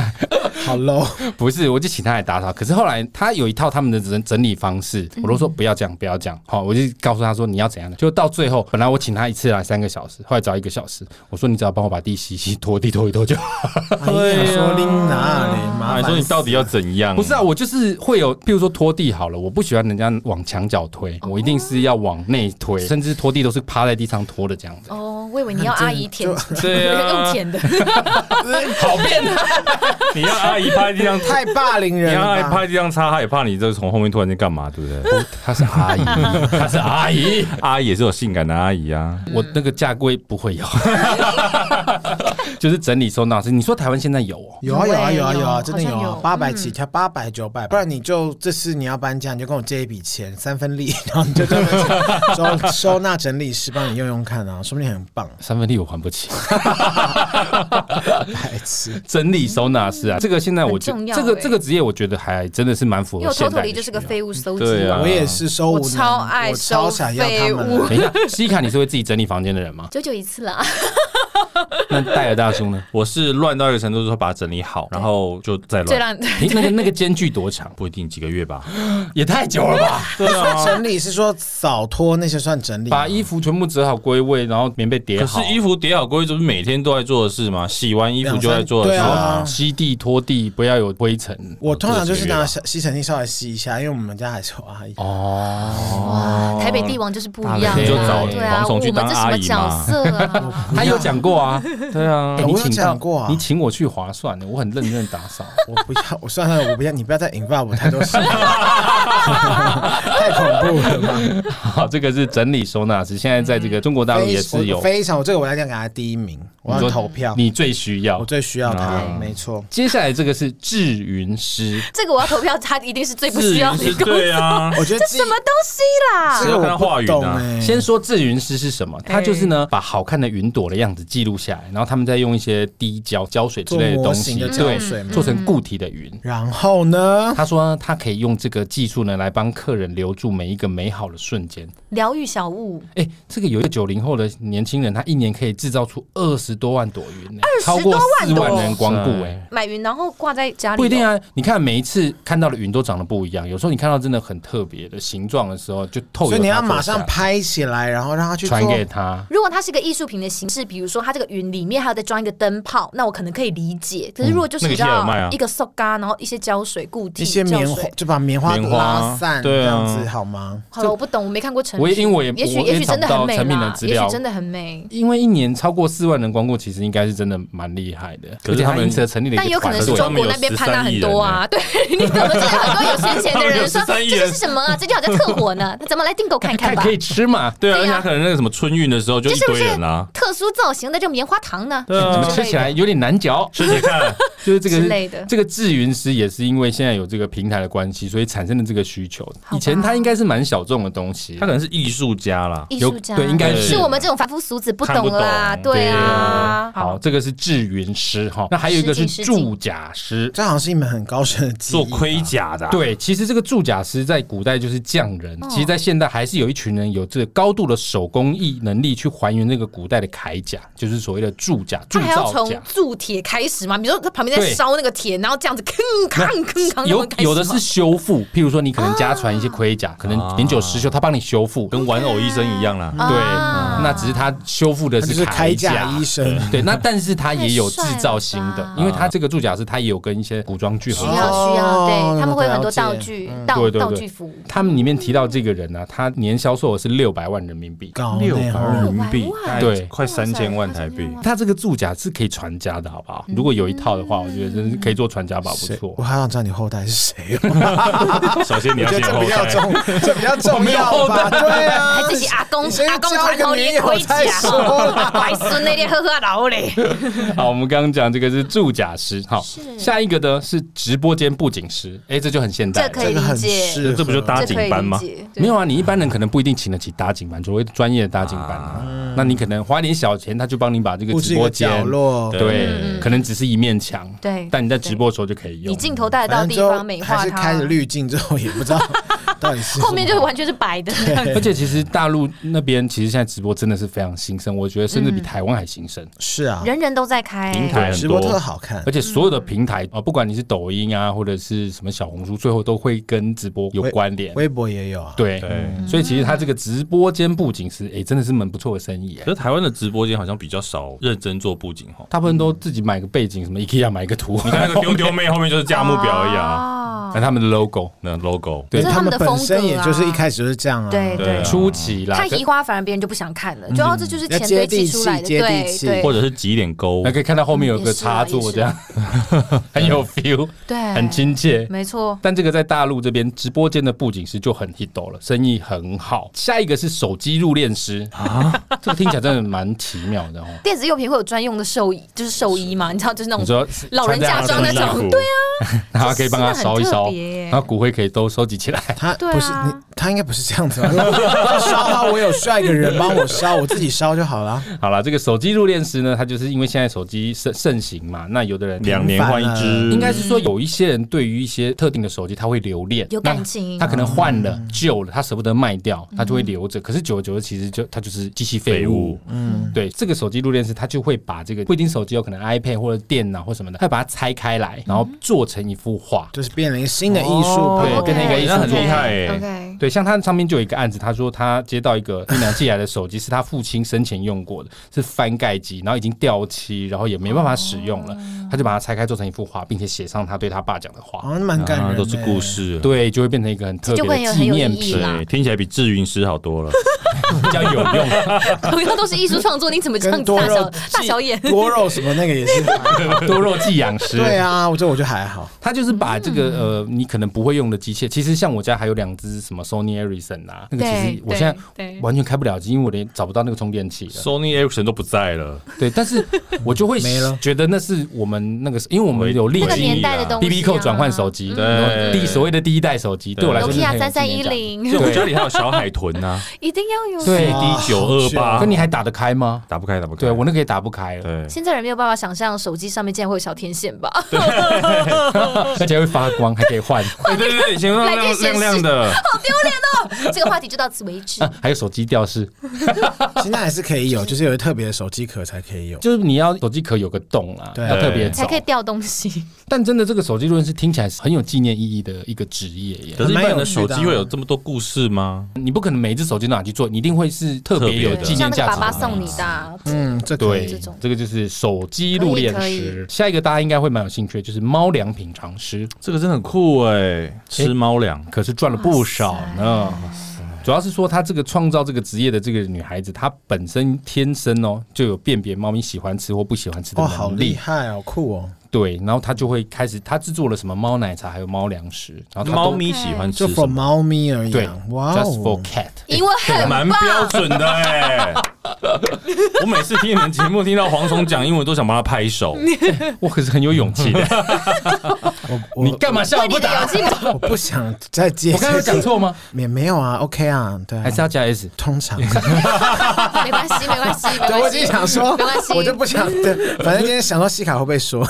B: 好 low。
A: 不是，我就请她来打扫。可是后来她有一套他们的整整理方式，
C: 嗯
A: 我都说不要这样，不要这样。好，我就告诉她说你要怎样的。就到最后，本来我请她一次啊来三个小时，后来找一个小时，我说你只要帮我把地洗洗、拖地拖一拖就好。
B: 对说琳娜，你麻
D: 啊
B: 烦
D: 你
B: 死。
D: 说你到底要怎样？
A: 不是啊，我就是会有，譬如说拖地好了，我不喜欢人家往墙角推，我一定是要往内推，甚至拖地都是趴在地上拖的这样 子。
C: 哦，我以为你要阿姨舔，
D: 对 啊
C: 用舔 的，
D: 好变态！你让阿姨趴在地上，
B: 太霸凌
D: 你
B: 人
D: 让阿姨
B: 了
D: 趴
B: 吧？
D: 在地上擦，她也怕你这从后面突然间干嘛，对不对？
A: 她是阿姨， 她是阿姨，
D: 阿姨也是有性感的阿姨啊。
A: 我那个价位不会有，哦 就是整理收纳师。你说台湾现在有哦？
B: 有啊有啊有啊
C: 有
B: 有
C: 好
B: 啊，
C: 像
B: 真的有啊
C: 有，
B: 八百起跳，八百九百，不然你就这次你要搬家，你就跟我借一笔钱，三分利，然后你就专门请收收纳整理师帮你用用看啊，说不定很棒。
A: 三分地我还不起，
B: 白痴，
A: 整理收纳师啊，这个现在我觉
C: 很重要
A: 这个
C: 欸
A: 这个职业，我觉得还真的是蛮符
C: 因为
A: 合
C: 我
A: 现代
C: totally
A: 的
C: 就是个
A: 需要
C: 废物收集
D: 对啊
B: 我也是收
C: 我
B: 五，
C: 超爱
B: 我超
C: 收
B: 想要他
C: 废物
B: 们。
A: 等一下，西卡，你是会自己整理房间的 人吗？
C: 久久一次啦，
A: 那戴尔大叔呢？
D: 我是乱到一个程度，就会把它整理好，然后就再
C: 最
D: 乱。
C: 烂。
A: 诶那个那个间距多长？
D: 不一定几个月吧，
A: 也太久了吧！
B: 对啊，整理是说扫拖那些算整理 吗，
A: 把衣服全部折好归位，然后棉被叠
D: 可
A: 好，
D: 是衣服叠好归位，这不是每天都在做的事吗？洗完衣服就在做的事
B: 两三对
D: 吗？
B: 啊
A: 吸地拖地，不要有灰尘。
B: 我通常就是拿
A: 这
B: 小吸尘器稍微吸一下，因为我们家还是有阿姨。
A: 个月吧哦，
C: 哇，台北帝王就是不一样啊，
A: 你就
D: 找
C: 对啊，
D: 黄
C: 我
D: 崇
C: 们
D: 去当
C: 这什么
D: 阿姨
C: 角
D: 嘛
C: 色啊？
A: 他有讲过啊，
D: 对啊
A: 诶
B: 我
A: 你
B: 有
A: 请到
B: 讲过啊
A: 你请我去划算欸的，我很认真地打扫。
B: 我不要，我算了，我不要，你不要再引发我太多事，太恐怖了吧？
A: 好，这个是整理收纳师，现在在这个中国大陆也是
B: 非
A: 有
B: 我。非常，我这个我要这样给他第一名，我
A: 你
B: 要
A: 说
B: 投票，
A: 你最需要
B: 我。最需要他
D: 啊，
B: 没错。
A: 接下来这个是制云师，
C: 这个我要投票，他一定是最不
D: 是
C: 需
B: 啊
C: 要你
D: 是，对啊，
B: 我觉得什
C: 什么东西啦？
B: 这
D: 只
B: 个
D: 有看他
B: 我
D: 话
B: 不
D: 语
B: 懂
D: 呢
B: 哎。
A: 先说制云师是什么？
C: 哎
A: 它就是呢，把好看的云朵的样子记录下来，然后他们再用一些滴胶、胶水之类的东西，
B: 做模型的
A: 对
B: 胶水，嘛
A: 做成固体的云。
B: 然后呢？
A: 他说他可以用这个技术呢，来帮客人留住每一个美好的瞬间。
C: 疗愈小物，
A: 哎、这个有一个九零后的年轻人，他一年可以制造出二十多万朵云、欸，超过四万人光顾哎、
D: 嗯
C: 买云然后挂在家里哦，
A: 不一定啊，你看每一次看到的云都长得不一样，有时候你看到真的很特别的形状的时候，就透由
B: 所以你要马
A: 它
B: 上
A: 做下
B: 拍起来，然后让他去
A: 来
B: 做
A: 传给他。
C: 如果它是个艺术品的形式，比如说它这个云里面还有再装一个灯泡，那我可能可以理解。可是如果就是
D: 嗯
C: 你
D: 那个
C: 知
D: 现在有
C: 道、
D: 卖啊
C: 一个塑胶，然后一些胶水固体，
B: 一些棉
C: 胶
B: 花
C: 水，
B: 就把棉花
D: 棉花
B: 拉散，
D: 对
B: 这
D: 啊
B: 样子好吗？
C: 好了，我不懂，我没看过成品，
A: 我也因为我也
C: 也许
A: 我也
C: 也许真的
A: 找不到
C: 很美
A: 成品的
C: 啦，
A: 资
C: 也
A: 料
C: 许真的很美。
A: 因为一年超过四万人光顾，其实应该是真的蛮厉害的。
D: 可是
A: 而且
D: 他们
A: 因此而成立了一个团
C: 但
A: 队，
C: 有可能是中国那边
D: 他
C: 潘
D: 们有
C: 娜很多啊，对， 你懂得，就是很多有闲钱的 人说
D: 他们有13亿
C: 这
D: 人
C: 是什么啊？最近好像特火呢，那咱们来订购看一看
A: 看
C: 吧
A: 可。以吃嘛？
D: 对啊，
C: 对啊
D: 而且他可能那个什么春运的时候就一
C: 这是不
D: 堆
C: 是
D: 人啦，
C: 特殊造型的这个棉花糖呢？
D: 对啊
A: 怎么吃起来有点难嚼？
D: 吃起来看，
A: 就是这个
C: 之类的
A: 这个制云师也是因为现在有这个平台的关系，所以产生了这个需求。
C: 吧
A: 以前它应该是蛮小众的东西
D: 他，可能是艺术家啦。
C: 艺
A: 有
C: 术家
A: 对应该
D: 是
C: 是我们这种凡夫俗子不懂啦，啊
D: 看不懂
C: 对啊。
A: 好，，这个是制云师
C: 哦
A: 哈，那还有一个是
C: 失敬失敬
A: 铸甲师。
B: 这好像是一门很高深的技艺
D: 做
B: 吧，
D: 盔甲的、，啊
A: 对，其实这个铸甲师在古代就是匠人，
C: 哦
A: 其实在现代还是有一群人有这个高度的手工艺能力去还原那个古代的铠甲，就是所谓的铸甲、铸
C: 他还要
A: 造
C: 从
A: 甲。
C: 铸铁开始嘛？比如说他旁边在
A: 对
C: 烧那个铁，然后这样子吭
A: 那
C: 吭吭吭，
A: 有
C: 开始
A: 有的
C: 吗啊
A: 是修复，譬如说你可能家传一些盔甲，可能零九十修，他帮你修复，
D: 跟玩偶医生一样啦。
A: 对，那只是他修复的
B: 哦他就是是
A: 铠
B: 铠甲医生。
A: 对，那但是他也有制造型
E: 太帅
A: 的
E: 了吧，
A: 因为他这个铸甲师，他也有跟一些古装剧合
E: 需
A: 作。
E: 要需要，
B: 哦
E: 对他们会有很多
B: 了解
E: 道具、
A: 对
C: 嗯
E: 道
A: 对对
E: 道具服务。
A: 他们里面提到这个人呢、啊他年销售额是六百万人民币。
B: 高
D: 六
B: 内
D: 百
B: 行
D: 万人民
C: 哦
D: 币，
C: 啊
D: 大概
A: 对
D: 快三千万台币。
A: 他这个铸甲是可以传家的，好不好？如果有一套的话，我觉得真是可以做传家宝，不
B: 谁
A: 错
B: 我。好想知道你后代是谁哦，
C: 啊
D: 首先你
B: 我
D: 要
B: 觉得
D: 先
B: 这
D: 后
B: 比较
D: 代，
B: 重，这比较重要吧？对啊，
C: 还自己阿公
B: 你先
C: 阿公
B: 交
C: 传
B: 一
C: 统
B: 个女
C: 的
B: 友
C: 盔
B: 再
C: 甲
B: 说啦，
C: 外哦孙那天呵呵老嘞，
A: 好，我们刚刚讲这个是铸甲师，好，
E: 是
A: 下一个呢是直播间布景师，哎，这就很现代
C: 这
A: 了。
C: 可
B: 这
C: 以
B: 个
C: 理
B: 很
C: 解，
B: 适合
D: 这不就搭
C: 这
D: 景
C: 可以
D: 班
C: 理
D: 吗？
C: 解。对
A: 没有啊，你一般人可能不一定请得起搭景班，所谓专业的搭景班啊。那你可能花一点小钱，他就帮你把这个
B: 布置
A: 直
B: 一
A: 播
B: 个
A: 间
B: 角，落，
A: 对，可能只是一面墙，
C: 对
A: 但你在直播的时候就可以用。
C: 你镜头带得到
B: 反正
C: 地
B: 最后
C: 方美
B: 还
C: 化
B: 是开
C: 它
B: 了，滤镜之后也不知道到底是
C: 后面就完全是白的。啊
A: 而且其实大陆那边其实现在直播真的是非常兴盛，我觉得甚至
C: 嗯
A: 比台湾还兴盛。
B: 是啊，
C: 人人都在开，欸
D: 平台
B: 直
D: 很
B: 播特
D: 多，
B: 好看
A: 而。且所有的平台啊，不管你是抖音啊，或者是什么小红书，最后都会跟直播有关联。
B: 微博也有啊，
A: 对，
D: 对
A: 所以其实它这个直播间布景是，哎、真的是蛮不错的生意、
D: 可
A: 诶
D: 是台湾的直播间好像比较少认真做布景哈。
A: 大部分都自己买个背景，什么 IKEA 买一个图，
D: 你看那个丢丢妹后面就是价目表而已啊，
C: 啊
A: 那他们的 logo，
D: 那 logo
A: 对
B: 因为
C: 这是他
B: 他
C: 们的
B: 本
C: 风格啊
B: 身也就是一开始就是这样啊，
A: 嗯
C: 对
D: 对啊
C: 对，
A: 初期啦，
C: 看移花反而别人就不想看了，
A: 嗯
C: 就哦，这就是
B: 要
C: 钱
B: 接
C: 堆
B: 地
C: 砌
B: 气
C: 出来的，
B: 接地
C: 对
B: 气
C: 对
D: 或者是挤一点勾
A: 那，可以看到后面有个
C: 也是啊
A: 插座，
C: 也是
A: 这样 很有 feel，
C: 对，
A: 很亲切。
C: 没错，
A: 但这个在大陆这边直播间的布景师就很 hit 了，生意很好。下一个是手机入殓师啊，这个听起来真的蛮奇妙的哦。
C: 电子用品会有专用的兽医，就是兽医嘛，你知道，就是那
A: 你
C: 种
A: 说
C: 老人嫁妆那
D: 穿在他的衣
C: 种，
D: 服
C: 对啊，
A: 然后可以帮他烧一烧
C: 这真的很特别，耶
A: 然后骨灰可以都收集起来。
B: 他
C: 对啊
B: 不是你，他应该不是这样子吧？烧 他，我有帅一个人帮我烧，我自己烧就好了。
A: 好了，这个手机入殓师呢，它就是因为现在手机盛盛行嘛，那有的人
D: 两年换一只，
A: 应该是说有一些人对于一些特定的手机，他会留恋，
C: 有
A: 那
C: 感情嗯
A: 他可能换
D: 嗯
A: 了旧了，他舍不得卖掉，他就会留着。可是久而久之，其实就它就是机器废
D: 废
A: 物
D: 物。
B: 嗯，
A: 对，这个手机入殓师，他就会把这个不一定手机，有可能 iPad 或者电脑或什么的，他把它拆开来，然后
C: 嗯
A: 做成一幅画。
B: 就是变了一个新的艺
D: 哦
B: 术
A: 对
B: 品，
A: 跟那个一
D: 那很厉害 哎，
C: OK，
A: 对，像他上面就有一个案子，他说他接到一个姑娘寄来的手机，是他父亲生前用过的，是翻盖机，然后已经掉漆，然后也没办法使用
C: 哦
A: 了，他就把它拆开做成一幅画，并且写上他对他爸讲的话，
B: 好像蛮感人
D: 啊
B: 的，
D: 都是故事，
A: 对，就会变成一个很特别
C: 这就会
A: 的
C: 有
A: 纪
C: 很有
A: 念
C: 意义
A: 品，
C: 啦
D: 对，听起来比制云师好多了。
A: 比较有用。
C: 同样都是艺术创作，你怎么这
B: 欸跟
C: 样
B: 多
C: 大
B: 肉
C: 小大小眼？
B: 多肉什 么那个也是。
A: 多肉寄养师，
B: 对啊，我这我就还好。
A: 他就是把这个呃你可能不会用的机械，其实像我家还有两只什么 Sony Ericsson 啊，那个其实
C: 对
A: 我现在
C: 对对
A: 完全开不了机，因为我连找不到那个充电器了。
D: Sony Ericsson 都不在了，
A: 对，但是我就会
B: 没了
A: 觉得那是我们那个，因为我们有历
E: 那个
D: 回忆
A: 经
E: 年代的
D: 啦
E: 东西、
A: B
E: 啊、
A: B 扣转换手机，
D: 对
A: 第所谓的第一代手机，对我来说是很
E: Nokia
A: 有
E: 三三
A: 纪
E: 一
A: 念价值。
D: 就
E: 零，
D: 我家里还有小海豚呐
C: 一定要有。
A: 对
B: 哇
D: ，D 九二
B: 好
D: 八
A: 可，你还打得开吗？
D: 打不开，打不开。
A: 对我那个也打不开了，
D: 对，
C: 现在人没有办法想象手机上面竟然会有小天线吧？
A: 而且会发光，还可以换，
D: 对对对，以前
C: 来
D: 亮
C: 电
D: 亮
C: 显示
D: 亮亮的，
E: 这个话题就到此为 止。
A: 还有手机吊饰，
B: 现在还是可以有，就是有特别的手机壳才可以有。
A: 就是你要手机壳有个洞啊，
B: 对
A: 要特别
C: 才
A: 找
C: 可。以掉东西，
A: 但真的这个手机论是听起来是很有纪念意义的一个职业耶，
D: 可是一般人的
B: 蛮
D: 手
B: 有趣的啊
D: 机会有这么多故事吗？
A: 你不可能每一只手机都拿去做，你一定会是特别有
D: 对
A: 纪念
C: 像那个
A: 价
C: 爸
A: 值的
C: 爸
A: 东西。
C: 送你的啊，
B: 嗯，这可
A: 对
B: 以
C: 这种，
A: 这个就是手机入殓
C: 可以可
A: 师。下一个大家应该会蛮有兴趣的，就是猫粮品尝师。
D: 这个真的很酷哎，吃猫粮，
A: 可是赚了不少呢。主要是说，她这个创造这个职业的这个女孩子，她本身天生哦就有辨别猫咪喜欢吃或不喜欢吃的
B: 哦，
A: 能力。
B: 好厉害哦，酷哦，
A: 对，然后她就会开始，她制作了什么猫奶茶，还有猫粮食，然后她都
D: 猫咪喜欢
B: 就
D: 吃
B: for
D: 什么？
B: 猫咪而已
A: 对
B: 啊。哇
A: ，just for
B: 哦，
A: cat。
C: 因为很
D: 蛮标准的哎。我每次听你们节目，听到黄总讲英文，都想帮他拍手。
A: 我可是很有勇气的，
B: 我
A: 你干嘛下午不
C: 你的
A: 打
C: 有？ 机吗？
B: 我不想再接。
A: 我刚才有讲错吗？
B: 也没有啊，OK 啊，对啊，
A: 还是要加 S？
B: 通 常。
C: 没关系，没关系，没
B: 对，我
C: 关
B: 已经
C: 系。
B: 想说
C: 没关系，
B: 我就不想。对，反正今天想到西卡会不会说？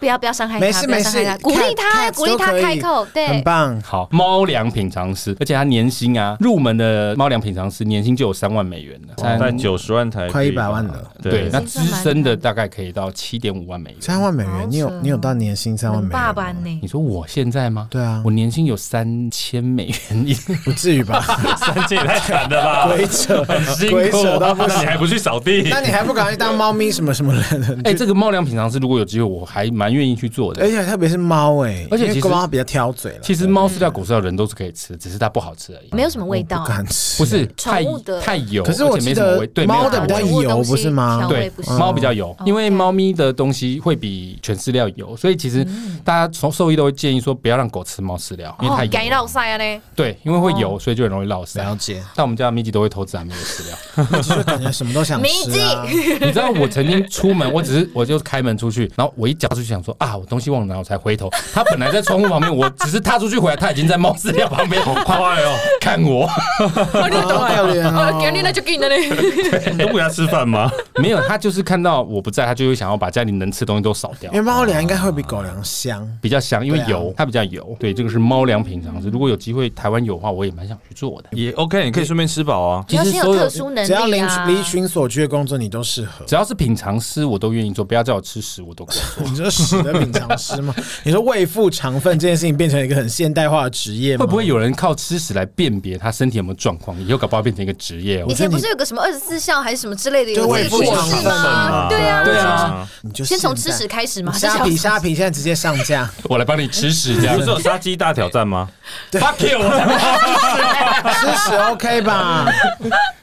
C: 不要不要伤害
B: 没
C: 他，
B: 事
C: 不要
B: 没
C: 伤害
B: 事
C: 他，，鼓励他，
B: Cats-
C: 鼓励他
B: Cats 都可以
C: 开口，
B: 很
A: 嗯
C: 对，
B: 棒。
A: 好，猫粮品尝师，而且它年薪啊，入门的猫粮品尝师年薪就有三万美元了，三
D: 在九十万台币吧
B: 快100万了
A: 对，
D: 对，
A: 那
C: 已经
A: 资
C: 算蛮
A: 深
C: 厉害
A: 的
C: 了
A: 大概可以到七点五万美元。
B: 三万美
C: 好扯
B: 元，你有
C: 哦
B: 你有到年薪三万美元吗？
C: 爸爸呢
A: 你？说我现在吗？
B: 对啊
A: 我年薪有三千美元，哎
B: 不至于 吧？
D: 三千也太惨了吧，
B: 鬼扯，
D: 辛
A: 啊
B: 鬼
D: 苦
B: 扯到，不
D: 那你
B: 行。
D: 还不去扫地？
B: 那你还不赶快当猫咪什么什么人？
A: 哎、这个猫粮品尝师如果有机会，我还蛮愿意去做的
B: 而。且特别是猫哎，
A: 而且
B: 因为
A: 其实
B: 猫比较挑嘴了，
A: 其实猫饲料、狗饲料人都是可以吃，只是它不好吃而已。
C: 没有什么味道哦
B: 不，敢吃。
A: 不是
C: 宠
A: 太
C: 物的
A: 太油，
B: 可是我
A: 而且
B: 记
A: 没什么
B: 得
A: 味，对，
B: 猫的
A: 没
B: 比
A: 有什么味
B: 较
C: 味
B: 油，不是吗
C: 调？味
A: 对
C: 哦不，哦
A: 猫比较油，因为
C: OK
A: 猫咪的东西会比全饲料油，所以其实大家从兽医都会建议说不要让狗吃猫饲料，因为
C: 嗯哦，
A: 太
C: 干
A: 油
C: 绕
A: 了。
C: 塞啊嘞，
A: 对，因为会油，所以就很容易落腮。
B: 了解，
A: 但我们家的米吉都会偷吃俺们的饲料。
B: 就是感觉什么都想吃啊。
A: 你知道我曾经出门，我只是我就开门出去，然后我一脚出去想说啊，我东西忘了拿，我才回头。他本来在窗户旁边，我只是踏出去回来，他已经在猫饲料旁边，快哦，看 我
C: 哦，你懂
B: 好可怜哦
C: 啊？哦，给你那就给你嘞，
D: 你都不给他吃饭吗？
A: 没有，他就是看到我不在，他就会想要把家里能吃的东西都扫掉
B: 因为。猫粮应该会比狗粮香。
A: 比较香，因为
B: 对啊
A: 油、它比较油。对，这个是猫粮品尝试。如果有机会台湾有的话，我也蛮想去做的。
D: 也 OK，你可以顺便吃饱啊。
C: 你要先有特殊能
B: 只要
C: 力
B: 离
C: 啊。
B: 离群所居的工作，你都适合。
A: 只要是品尝师，我都愿意做。不要叫我吃屎，我都可以做。
B: 你说屎的品尝师吗？ 你说为父肠粪这件事情变成一个很现代化的职业吗？
A: 会不会有人靠吃屎来辨别他身体有没有状况？以后搞不好变成一个职业哦
B: 嗯
C: 以。前不是有个什么二十四孝还是什么之类的，有
B: 就
C: 这
B: 为
C: 个
B: 父
C: 故
B: 肠
C: 事
B: 粪
C: 吗？啊对啊，
A: 对啊，
B: 你就
C: 先从
B: 现
C: 吃
B: 在
C: 屎开始嘛，这
B: 虾
C: 小
B: 皮虾皮现在直接上 架，
A: 我来帮你吃屎，这样
D: 不是有杀鸡大挑战吗？
A: fuck you！我 才
B: 吃屎 OK 吧？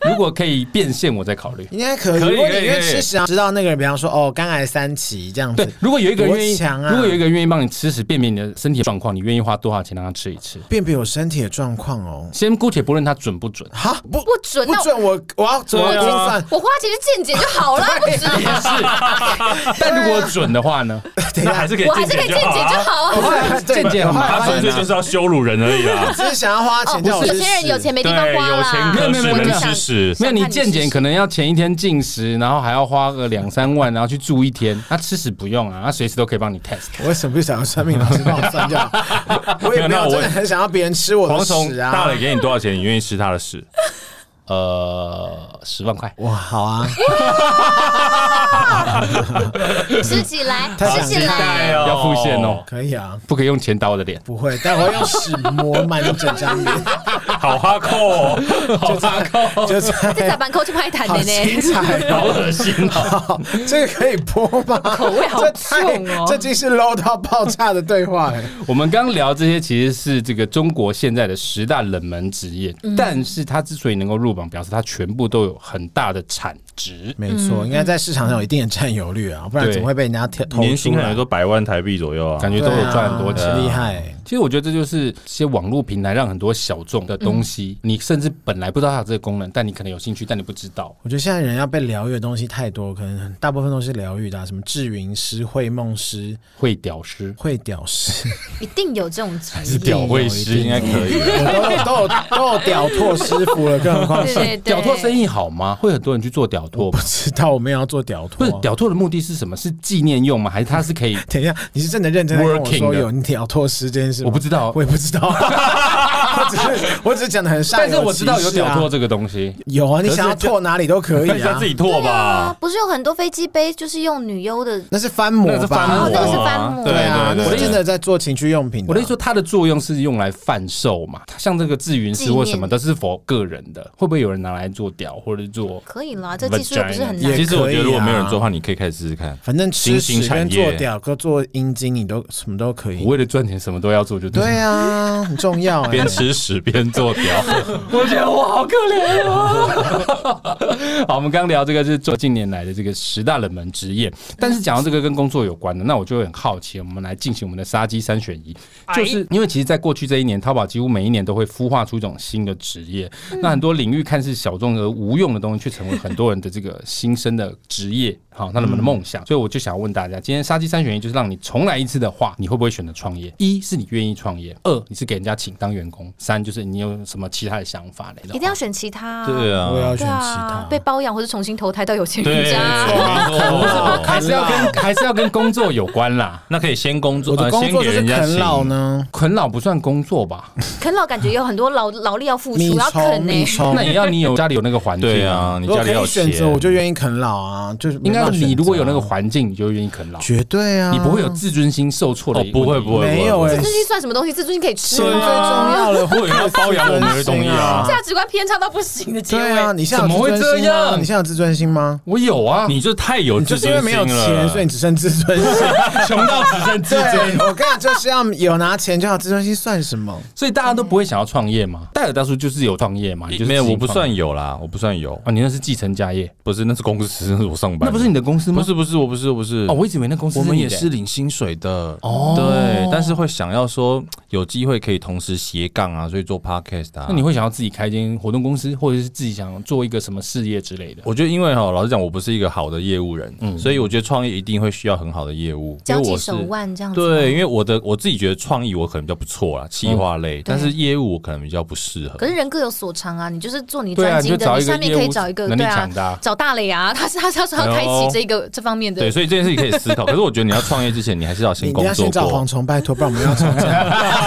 A: 如果可以变现，我再考虑。
B: 应该可以。
A: 可以
B: 如果你
A: 可以
B: 愿意
A: 可以
B: 吃屎啊，知道那个人，比方说哦，肝癌三期这样
A: 对
B: 子，，
A: 如果有一个人愿意，
B: 多强啊
A: 如果有一个人愿意帮你吃屎辨别你的身体状况，你愿意花多少钱让他吃一次？
B: 辨别我身体的状况哦。
A: 先姑且不论他准不准，
B: 哈，不
C: 不准
B: 不
C: 那
B: 准我我要怎么
D: 对啊
B: 精算？
C: 我花钱去见解就好了，不止，
A: 但如果准的话呢？
B: 等一
D: 那
B: 下
D: 还，是可以
C: 我还是可以
D: 见
C: 见
D: 解
C: 解就
D: 就好啊。
C: 好啊。
B: 我后来对
A: 见解很
B: 我后来
A: 麻
D: 他
B: 发
D: 纯
B: 现
D: 粹就是要羞辱人而已啦。
B: 只是想要花
C: 哦
B: 钱叫我
C: 有
B: 吃
C: 些人
B: 屎
C: 有钱没地
D: 对，
C: 方花
D: 有钱
C: 啦，
D: 可
A: 没有没
D: 是
A: 有没有
D: 能
A: 没
D: 吃
A: 有
D: 屎。
A: 没有，你
C: 看你
A: 健
C: 吃
A: 检
C: 屎
A: 可能要前一天进食，然后还要花个两三万，然后去住一天。他吃屎不用啊，他随时都可以帮你 test。
B: 我 为什么不想要算命老师帮我算就好？我也没
D: 没有那
B: 有真
D: 我
B: 的很想要别人吃我的
D: 蝗虫
B: 屎啊！
D: 大磊给你多少钱，你愿意吃他的屎？
A: 呃，十万块。
B: 哇，好啊，
C: 吃起来，
B: 太
C: 吃
B: 想
C: 起来。
D: 哦
A: 要付现哦，
B: 可以啊，
A: 不可以用钱打我的脸。
B: 不会，但我要用屎磨满你整张 脸，
D: 好哈扣哦，
A: 好扎扣，
B: 就这
C: 这咋
B: 样。
C: 办？扣去拍谈的
B: 好精
C: 呢？
B: 彩
A: 好
B: 哦！
A: 恶心哦。
B: 好 这个可以播吗？
C: 口味好
B: 这太
C: 重哦
B: 这真是 low 到爆炸的对话哎！
A: 我们刚聊这些其实是这个中国现在的十大冷门职业，但是它之所以能够入榜，表示它全部都有很大的产值。
B: 没错，应该在市场上有一定的占有率啊，不然
A: 对
B: 怎么会被人家挑投出来？
D: 年薪可能都百万台币左右啊
A: 感。觉都有赚很多
B: 对
A: 钱，
B: 啊很厉害。
A: 其实我觉得这就是一些网络平台让很多小众的东西，你甚至本来不知道它有这个功能，但你可能有兴趣，但你不知道。
B: 我觉得现在人要被疗愈的东西太多，可能大部分都是疗愈的、啊，什么智云师、会梦师、
A: 会屌丝，
B: 会屌 师，
C: 一定有这种职
A: 是
C: 业，
A: 屌会 师应该可以。
B: 我 都有都有都有屌拓师傅了，更何况
C: 对
B: 是
C: 对对，
A: 屌拓生意好吗？会很多人去做屌拓
B: 不
A: 吗？
B: 知道啊我们也要做屌
A: 不
B: 拓啊
A: 是。屌拓的目的是什么？是纪念用吗？还是它是可以？
B: 等一下，你是真的认真的跟我
A: Working
B: 说
A: 的
B: 有你屌拓师这件事吗？
A: 我不知道
B: 我也不知道， 我只是我只是讲的很善、
A: 但是我知道有屌拓
B: 拓，
A: 这个东西，
B: 有啊，你想要拓哪里都 可
D: 看
B: 以
D: 一下
B: 啊
D: 自。己拓吧，
E: 不是有很多飞机杯就是用女优的
B: 那是翻模
A: 那是
B: 吧？
A: 翻
D: 啊
A: 模哦那个是
E: 翻模
D: 对
B: 对啊，
D: 对
B: 那
D: 对
B: 是真的在啊做情趣用品。
A: 我的意思说，，它的作用是用来贩售嘛？它像这个自云师或什么的，是否个人的？会不会有人拿来做屌，或者做
E: 可以啦，这技术又不是很
A: Vagina
E: 难
B: 也。啊
D: 其实我觉得如果没有人做的
B: 可以啊
D: 话，你可以开始试 试看。
B: 反正吃
D: 新兴
B: 屎
D: 产
B: 跟
D: 业
B: 做屌跟做阴茎，你都什么都可
A: 我
B: 以。
A: 为了赚钱什么都要做就对了？
B: 对啊，很重要、欸。
D: 边吃吃屎边做 屌。
A: 我觉得我好可怜啊！ 好，我们刚聊这个是做近年来的这个十大冷门职业，但是讲到这个跟工作有关的，那我就会很好奇，我们来进行我们的杀鸡三选一，就是因为其实，在过去这一年，淘宝几乎每一年都会孵化出一种新的职业，那很多领域看似小众而无用的东西，却成为很多人的这个新生的职业，好，那他们的梦想。所以我就想要问大家，今天杀鸡三选一就是让你重来一次的话，你会不会选择创业？一是你愿意创业，二你是给人家请当员工，三就是你有什么其他的想法嘞？
C: 一定要选其他，
D: 对
B: 我也
D: 啊，
B: 要
C: 对
B: 选其
C: 啊
B: 他，。
C: 被包养或者重新投胎到有钱人
D: 对，
C: 家。
D: 没错
A: 还是要跟还是要跟工作有关啦。
D: 那可以先工作，
B: 我的
D: 呃
B: 工
D: 先
B: 作
D: 给
B: 就是
D: 人家
B: 啃老
D: 请。
B: 呢，
A: 啃老不算工作吧？
C: 啃老感觉有很多劳劳力要付出，
B: 米
C: 要
B: 虫
C: 啃欸呢
B: 米。虫
A: 那。也要你有家里有那个环境。
D: 对，啊，你
B: 如果
D: 家里
B: 可
D: 要
B: 以选择，
D: 钱，
B: 我 就愿意啃老啊，就是没
A: 应该
B: 办法
A: 你
B: 选
A: 如果
B: 择
A: 有那个
B: 啊，
A: 环境，你就愿意啃老，
B: 绝对啊，
A: 你不会有自尊心受挫的
D: 哦
A: 问题。
D: 不会不会
B: 没有哎，
C: 这些算什么东西？这东西可以吃
B: 钱最重
C: 吗？
B: 要了，
D: 如果要包养我们也同意啊
C: 价值观偏差到不行的结
B: 对啊，
C: 尾。
B: 你现在有
A: 怎么会
B: 自尊心吗
A: 这样
B: 你现在有自尊心吗？
A: 我有啊，
D: 你就太有
B: 你就是
D: 自尊
B: 因为没
D: 心
B: 有钱，
D: 了，
B: 所以你只剩自尊心。
A: 穷到只剩自
B: 对，。我跟你就是要有拿钱就好，自尊心算什么？
A: 所以大家都不会想要创业吗？戴尔大叔就是有创业嘛，你就是
D: 没有，
A: 自己
D: 我不
A: 创业
D: 算有啦，我不算有，
A: 啊，你那是继承家业，
D: 不是，那是公司，那是我上班，
A: 那不是你的公司吗？
D: 不是不是，我不是我不是
A: 哦，我一直以为那公司
D: 我们
A: 你
D: 也
A: 的
D: 是领薪水的
A: 哦
D: 对，但是会想要说有机会可以同时斜杠啊，所以做 podcast 啊。
A: 那你会想要自己开一间活动公司，或者是自己想做一个什么事业之类的？
D: 我觉得，因为哈，老实讲，我不是一个好的业务人，所以我觉得创业一定会需要很好的业务，因
C: 嗯交
D: 为我
C: 际
D: 是
C: 手腕这样子吗。
D: 对，因为我的我自己觉得创意我可能比较不错啦，企划类，但是业务我可能比较不适合
C: 嗯可。是人各有所长啊，你就是做你
A: 对啊
C: 专精
A: 你就
C: 的，
A: 找一
C: 你
A: 个
C: 下面可以找一
A: 业
C: 个
A: 务能力
C: 对啊
A: 强的啊，
C: 找大磊啊， 他是他是他说要开启这个这方面
D: 对，
C: 的。
D: 所以这件事情可以 思考。可是我觉得你要创业之前，你还是要
B: 你
D: 先
B: 一
D: 工
B: 定要
D: 作
B: 先找
D: 过
B: 蝗。虫，拜托，不然我们要吵架。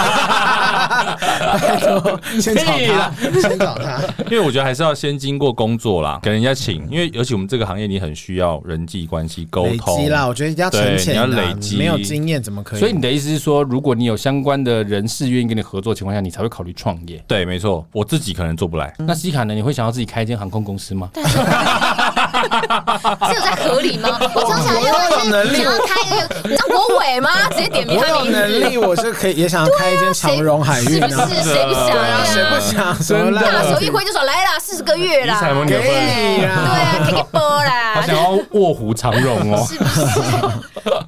B: 拜托，先找
A: 可以
B: 他
A: 啦，
B: 先找他。
D: 因为我觉得还是要先经过工作啦，给人家请，因为尤其我们这个行业，你很需要人际关系沟
B: 累
D: 通
B: 积啦，我觉得一定要存钱的
D: 对你
B: 啊，
D: 要累积
B: 没有经验怎么可以？
A: 所以你的意思是说，如果你有相关的人士愿意跟你合作的情况下，你才会考虑创业？
D: 对，没错，我自己可能做不来。
A: 那西卡呢？你会想要自己开一间航空公司吗？
C: 啊这有在合理吗？我
E: 从
C: 从
E: 小
C: 小因
E: 因为
C: 为
E: 我
B: 有能
E: 是
B: 力
E: 想要开一个
C: 张国伟吗？直接点名
B: 我
C: 他
B: 有
C: 名字，
B: 能力，我是可以也想要开一间长荣海
C: 是
B: 运
C: 不是
B: 啊。？
C: 谁不想
B: 啊，谁
C: 呀？
B: 不想？什么烂
C: 大手
B: 东
C: 一
B: 西？
C: 挥就说来啦，四十个月啦，
D: 尼采蒙
B: 给
D: 牛
B: 你
C: 对
B: 啦！
C: 啊，给你波 啦
A: 好，想要卧虎藏龙哦。
C: 是不是？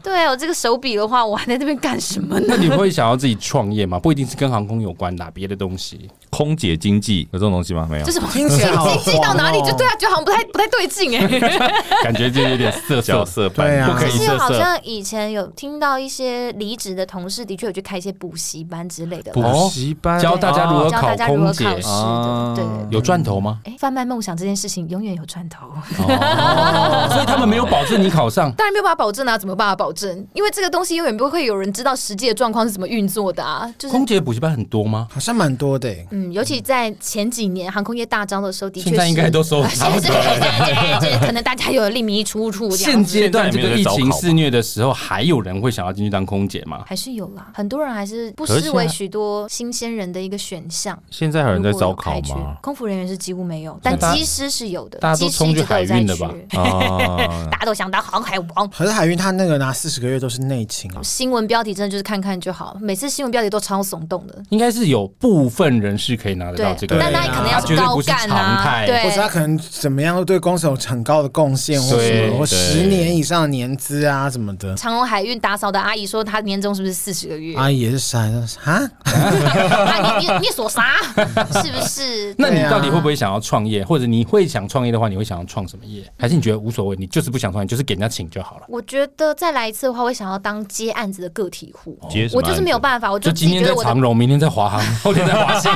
C: 对啊，我这个手笔的话，我还在那边干什么 呢
A: 那？你会想要自己创业吗？不一定是跟航空有关的啊，别的东西。
D: 空姐经济有这种东西吗？没有
C: 这。什么？
B: 听起来好
C: 经济到哪里
B: 黄
C: 就
B: 哦
C: 对啊，觉得好像不太不太对 劲哎。
A: 感觉就有点色
D: 角
A: 色。
D: 色
B: 对
D: 扮
B: 啊
D: 不可以
C: 就是
D: 色
C: 好
D: 色。
C: 像以前有听到一些离职的同事，的确有去开一些补习班之类的啦，
A: 补
D: 哦习班
A: 教大家如何
C: 哦教
A: 考
C: 大家如
A: 空
C: 何
A: 姐，
C: 考试
B: 啊
C: 的，对对对。
A: 有赚头吗？
C: 哎，贩卖梦想这件事情永远有赚头， 哦
A: 所以他们没有保证你考上。
C: 当然没有办法保证啊，怎么办法保证？因为这个东西永远不会有人知道实际的状况是怎么运作的啊， 就是
A: 空姐补习班很多吗？
B: 好像蛮多的欸，
C: 嗯，尤其在前几年航空业大招的时候，的确
A: 现在
C: 是
A: 应该都收差不
C: 现
A: 多
C: 在
A: 了。
C: 现在就是可能大家有另觅出处这
A: 现
C: 样子，
A: 阶段这个疫情肆虐的时候，还有人会想要进去当空姐吗？
C: 还是有啦，很多人还是不
D: 可是
C: 失
D: 现在
C: 为许多新鲜人的一个选项。
D: 现在还有人在招
C: 如
D: 考
C: 果有开缺
D: 吗？
C: 空服人员是几乎没有，但
A: 大家
C: 机师是有的，
A: 大家都
C: 机师一直
A: 冲去海
C: 有在
A: 运了吧嗯
C: 缺
D: 啊，
E: 大家都想当航海王，
B: 可是海运他那个拿四十个月都是内勤啊，
C: 新闻标题真的就是看看就好，每次新闻标题都超耸动的。
A: 应该是有部分人是可以拿得到
C: 对
A: 这，个，
C: 但他可能
A: 它
C: 要
A: 绝对
C: 高
A: 不是
C: 干
A: 常
C: 啊，
A: 态。
C: 对，
B: 或者他可能怎么样都对公司有很高的贡献，或什
A: 对
B: 么，或十
D: 对
B: 年以上的年资啊什么的。
C: 长荣海运打扫的阿姨说，她年终是不是四十个月？
B: 阿姨也是傻的啊，
E: 啊你你你 说啥？
C: 是不是？啊
A: 那你到底会不会想要创业？或者你会想创业的话，你会想要创什么业？还是你觉得无所谓，你就是不想创业，就是给人家请就好了？
C: 我觉得再来一次的话，我想要当接案子的个体户。
A: 哦
D: 接什么
C: 我就是没有
D: 案子
C: 办法，我
A: 就
C: 自
A: 今
C: 己
A: 天
C: 觉
A: 在
C: 得我的
A: 长荣，明天在华航， 后天在华信，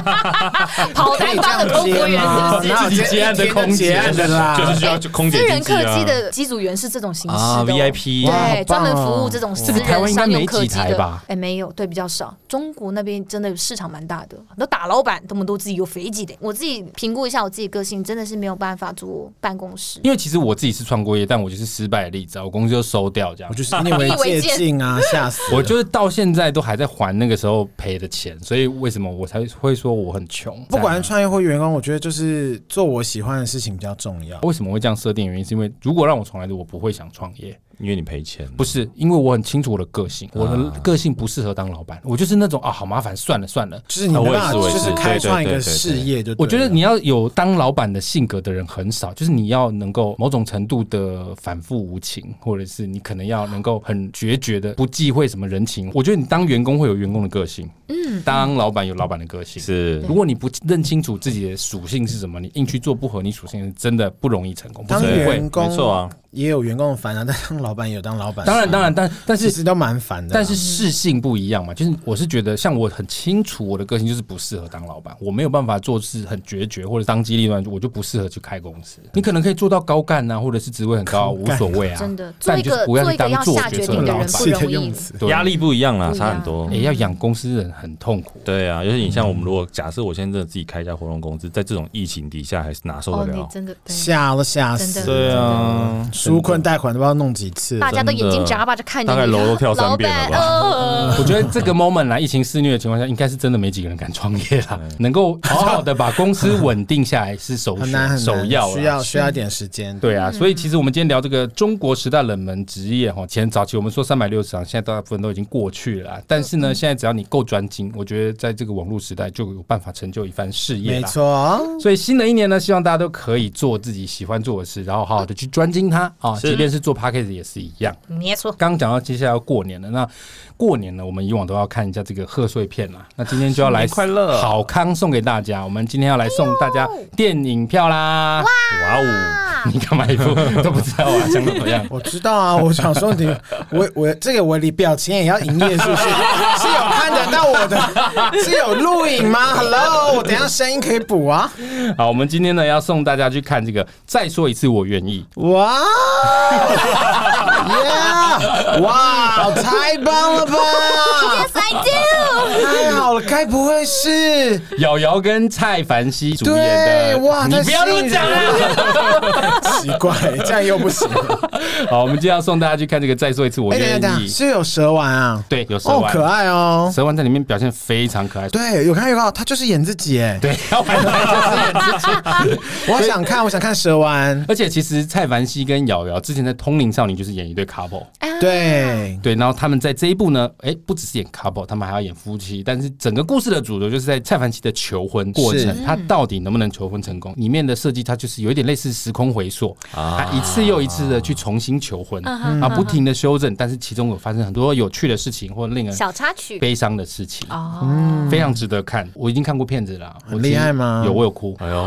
C: 跑
B: 可
C: 单
B: 以 这
C: 班
B: 样
C: 的空服
B: 接
C: 员是
B: 吗？
C: 不是？
B: 哪有
A: 自己接案的
B: 一天就
A: 空
B: 结
A: 姐
B: 案的啊啦，
D: 就是需要就空姐
C: 哎私人
D: 经济
C: 客
D: 啊
C: 机的机组员是这种形式的哦、
D: 啊 VIP
B: 哇好
C: 对，专门
B: 棒哦
C: 服务这种私
A: 这个台湾
C: 人
A: 应该
C: 商
A: 没
C: 用客
A: 几
C: 机
A: 台
C: 的。
A: 吧
C: 哎，没有，对，比较少。中国那边真的市场蛮大的，很多大老板他们都自己有飞机的。我自己评估一下我自己个性，真的是没有办法做办公室。
A: 因为其实我自己是创过业，但我就是失败的例子啊，我公司就收掉这样
B: 我。就是引以为戒禁啊，吓死了！
A: 我就是到现在都还在还那个时候赔的钱，所以为什么我才会说我很穷？
B: 不
A: 这
B: 管是
A: 样
B: 创业或员工，我觉得就是做我喜欢的事情比较重要。
A: 为什么会这样设定，原因是因为如果让我重来的，我不会想创业。
D: 因为你赔钱。
A: 不是，因为我很清楚我的个性，我的个性不适合当老板，我就是那种啊，好麻烦，算了算了。
B: 就是你
D: 啊
B: 没
D: 我也
B: 办法，
D: 是我也
B: 就是是开
D: 对对
B: 创一
D: 对
B: 个
D: 对对
B: 事业就对了。
A: 我觉得你要有当老板的性格的人很少，就是你要能够某种程度的反复无情，或者是你可能要能够很决绝的不忌讳什么人情。我觉得你当员工会有员工的个性，嗯，当老板有老板的个性。
D: 是
A: 如果你不认清楚自己的属性是什么，你硬去做不合你属性，真的不容易成功。不
B: 当
A: 是不会
B: 员，工
D: 没错啊，
B: 也有员工的烦啊，但当老板也有当老板的
A: 当然
B: 烦啊
A: 当然，但但
B: 其
A: 是
B: 实都蛮烦的啦。啊
A: 但是适性不一样嘛，就是我是觉得，像我很清楚我的个性就是不适合当老板，我没有办法做事很决绝或者当机立断，我就不适合去开公司。你可能可以做到高干啊，或者是职位很高啊，无所谓啊，
C: 真的
A: 但你就是不要去当做决策
C: 做一个
A: 老
C: 要
A: 板
C: 下决定的人不容易
A: 对
D: 压力不一样啦，
C: 不一样
D: 差很多。
A: 也要养公司人很痛苦。
D: 对啊，就是你像我们，如果假设我现在真的自己开一家活动公司，在这种疫情底下，还是哪受
C: 哦，
D: 得
C: 你
D: 了？
C: 真的对
B: 吓都吓
C: 真的
B: 死，
D: 对啊，
B: 纾困贷款都不知道弄几次
C: 大
B: 了。
C: 家都眼睛眨巴着看着
D: 大
C: 你，
D: 概楼都跳
C: 老
D: 三遍了
C: 板，
D: 吧？
C: 呃，
A: 我觉得这个 moment 来疫情肆虐的情况下，应该是真的没几个人敢创业啦。能够好好的把公司稳定下来是首
B: 很难
A: 选
B: 很
A: 首
B: 难，
A: 要啦，
B: 需要需要一点时间。
A: 对啊，所以其实我们今天聊这个中国十大冷门职业哈，前早期我们说三百六十行，现在大部分都已经过去了啦。但是呢，现在只要你够专精，我觉得在这个网络时代就有办法成就一番事业
B: 没
A: 啦。
B: 错，
A: 所以新的一年呢，希望大家都可以做自己喜欢做的事，然后好好的去专精它啊，即便是做 p a c k a g e 也是一样。
C: 没错，
A: 刚刚讲到接下来要过年了，那过年呢，我们以往都要看一下这个贺岁片啦。那今天就要来
D: 快乐
A: 好康送给大家，我们今天要来送大家电影票啦！
D: 哇哦，
C: 啊
A: 你干嘛一副都不知道啊？想怎么 样？
B: 我知道啊，我 想说你，我我这个我你表情也要营业是不是？是有看得到我的，是有录影吗？Hello，我等一下声音可以补啊。
A: 好，我们今天呢要送大家去看这个《再说一次我愿意
B: 哇，Yeah，哇，太棒了吧！太好了，该不会是》，
A: 瑶瑶跟蔡凡熙主演
B: 对
A: 的。
B: 哇？
A: 你
B: 太
A: 不要
B: 吸
A: 那
B: 引
A: 么讲啊
B: 人
A: 啦！
B: 了，奇怪，这样又不行。
A: 好，我们今天要送大家去看这个《再说一次我
B: 哎，等一
A: 愿
B: 下
A: 意
B: 等一》下，。是有蛇丸啊？
A: 对，有蛇
B: 哦，
A: 丸，
B: 可爱哦。
A: 蛇丸在里面表现非常可爱。
B: 对，有看预告，他就是演自己哎。
A: 对，要完蛋就是演自己
B: 我想看，我想看蛇丸。
A: 而且其实蔡凡熙跟瑶瑶之前在《通灵少女》就是演一对 couple，
B: 对，
A: 对，然后他们在这一部呢，哎，不只是演 couple，他们还要演夫妻。但是整个故事的主轴就是在蔡凡熙的求婚过
B: 是
A: 程，他到底能不能求婚成功？里面的设计，它就是有一点类似时空回溯，他一次又一次的去重新求婚，啊，不停的修正，但是其中有发生很多有趣的事情或令人
C: 小插曲
A: 悲伤的事情，
C: 哦，
A: 非常值得看。我已经看过片子了，我
B: 很厉害吗
A: 其实有，我有哭。
D: 哎呦，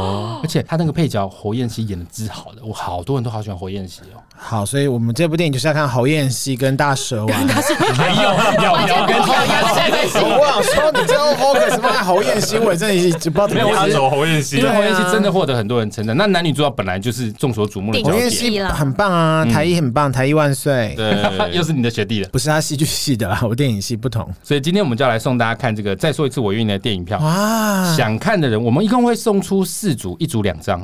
A: 而且他那个配角侯彦希演的之好的，我好多人都好喜欢侯彦希哦。
B: 好，所以我们这部电影就是要看侯彦希跟大蛇丸。
A: 还有瑶瑶跟蔡
C: 要下决心
B: 我想说，你最后 focus 放在侯彦希，我也真的不知道怎
A: 没
B: 么
A: 有我
B: 样
A: 只。
D: 走侯彦希
A: 因为侯彦希
B: 啊
A: 真的获得很多人称赞，那男女主角本来就是众所瞩目的焦
B: 侯彦
A: 点，
B: 希很棒啊，台艺很棒，台艺万岁。
D: 对
A: 又，是你的学弟了。
B: 不是他戏剧系的啦，啊我电影系不同。
A: 所以今天我们就要来送大家看这个《再说一次我愿意》的电影票。
B: 哇
A: 想看的人，我们一共会送出四组，一组两张，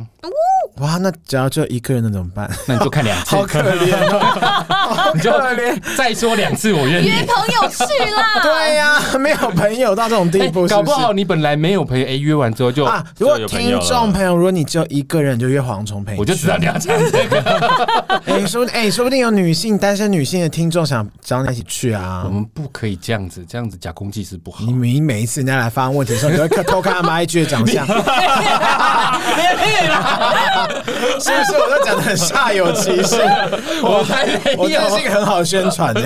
B: 哇，那只要就一个人的怎么办？
A: 那你就看两次，
B: 好可怜哦，好可
A: 你就
B: 怜。
A: 再说两次我愿意。
C: 约朋友去 啦，
B: 对呀、 没有朋友到这种地
A: 哎
B: 步，是
A: 搞
B: 不
A: 不
B: 是？
A: 好你本来没有朋友，哎，约完之后就，
B: 啊，如果
D: 就有朋
B: 听
D: 友了
B: 众朋友，如果你只有一个人，就约蝗虫陪你去。
A: 我就知道你要讲这个。
B: 哎、说不定哎、说不定有女性单身女性的听众想找你一起去啊
A: 我。们不可以这样子，这样子假公济私不好
B: 你。每每一次人家来发问问题的时候，你都会偷看他们 IG 的长相，是不是？我都讲的很煞有其事，
A: 我还
B: 我
A: 没
B: 真的是一
A: 有。
B: 个很好的宣传的、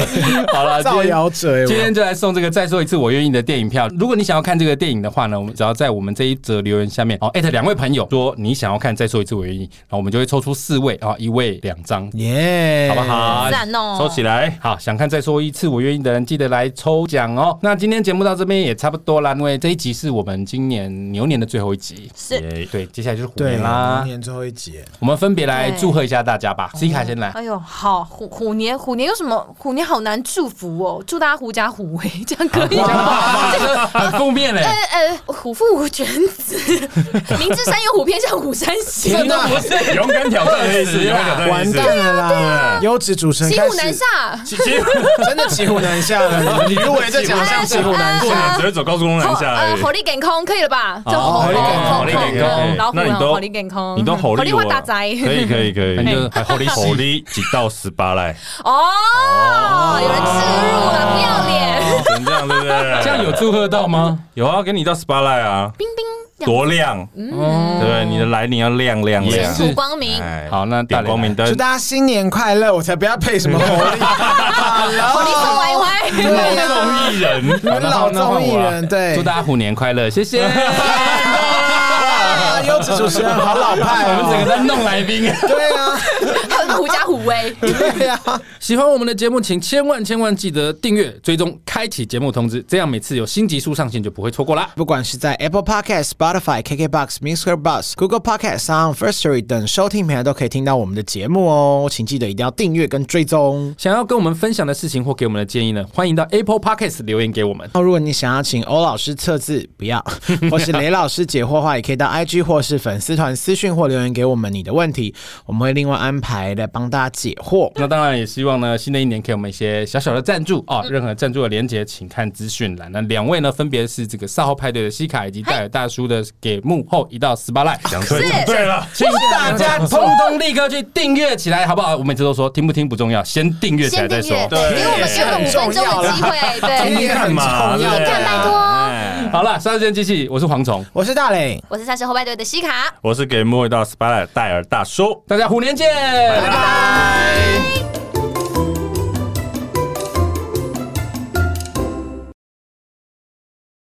A: 好了，今
B: 造
A: 天
B: 谣者、欸。
A: 今天就来送这个《再说一次我愿意》的电影票。如果你想要看这个电影的话呢，我们只要在我们这一则留言下面哦，艾特两位朋友说你想要看《再说一次我愿意》，然后我们就会抽出四位啊、一位两张，
B: 我耶，
A: 好不？
D: 嗯
A: 好？
C: 赞哦，
D: 收起来。
A: 好，想看再说一次我愿意的人，记得来抽奖哦。那今天节目到这边也差不多啦，因为这一集是我们今年牛年的最后一集，
C: 是，
D: 耶
A: 对，接下来就是虎
B: 对
A: 年
B: 啦，
A: 啦
B: 明。年最后一集，
A: 我们分别来
C: 对
A: 祝贺一下大家吧。C 卡先来，
C: 哎呦，好虎虎年，虎年有什么？虎年好难祝福哦，祝大家狐假虎威， 这样可以 吗？这个。
A: 很负面 嘞、
C: 呃呃，虎父无犬子，明知山有虎，偏向虎山行。
B: 天哪，
D: 勇敢挑战的意思，勇敢挑战的意
B: 完
D: 思。
B: 蛋了啦！优质主持人
C: 骑
B: 开
C: 虎难
B: 始
C: 下，
D: 其实
B: 真的骑虎难下了，你入围这奖项骑虎难
D: 过
B: 下。
D: 年只会走高速公路南下而
C: 呃，
D: 已
C: 火。力健康可以了吧？叫
D: 哎哦
C: 火
B: 火力
C: 力
B: 健康
C: 健康
D: 火力健康
C: 老虎
D: 那你
C: 啊
D: 都
C: 火力健康，
D: 你都吼火力
C: 火
D: 哎
C: 力
D: 我
C: 化大宅
D: 可以可以可以，
A: 那你就
D: 还火力火力几到十八来，
C: 哦，有人吃入了，不要脸。
D: 只能这样对不对？
A: 这样有祝贺到吗？
D: 有啊，给你到十八来啊，
E: 冰冰这样
D: 多亮，
C: 嗯
D: 对
A: 哦，
D: 不对？你的来你要亮亮
A: 也
D: 亮
A: 是，
C: 前途光明，
D: 哎
A: 好那大
D: 点
A: 磊
D: 光明
A: 来
D: 灯
B: 祝，大家新年快乐！我才不要配什么红利，啊
C: 火力哦送歪
B: 好
C: 歪。
B: 对呀
D: 综艺人，
B: 你们老综艺人，对
A: 祝，大家虎年快乐，谢谢。
B: 啊优质主持人好老派
A: 我们整
B: 哦，
A: 个在弄来宾。
B: 对啊，
C: 狐假虎威，
B: 对啊，
A: 喜欢我们的节目，请千万千万记得订阅、追踪、开启节目通知，这样每次有新集数上线就不会错过啦。
B: 不管是在 Apple Podcast、Spotify、KKBox、Mixer Bus、Google Podcast、Sound First Story 等收听平台都可以听到我们的节目哦，请记得一定要订阅跟追踪。
A: 想要跟我们分享的事情或给我们的建议呢，欢迎到 Apple Podcast 留言给我们。
B: 那如果你想要请欧老师测字，不要，或是雷老师解惑的话，也可以到 IG 或是粉丝团私讯或留言给我们你的问题，我们会另外安排来帮大家解惑。
A: 那当然也希望呢，新的一年给我们一些小小的赞助啊、任何赞助的连接请看资讯栏。那两位呢，分别是这个赛后派对的西卡以及戴尔大叔的给幕后一道 SPA t
D: 讲对讲对了，
A: 请大家通通立刻去订阅起来，好不好？我每次都说听不听不重要，先订阅起来
C: 先
A: 再
C: 订
A: 说。
C: 阅，
D: 对
C: 对，给我们选个五分钟的机会，
B: 今
C: 对。
B: 天
D: 干
B: 很重
D: 嘛？
B: 要
D: 对不对
E: 干拜托
D: 哎
A: 好了，杀时间机器，我是蝗虫，
B: 我是大磊，
C: 我是赛事后半队的西卡，
D: 我是给莫一道 SPA 戴尔大叔。
A: 大家虎年见，拜
D: 拜。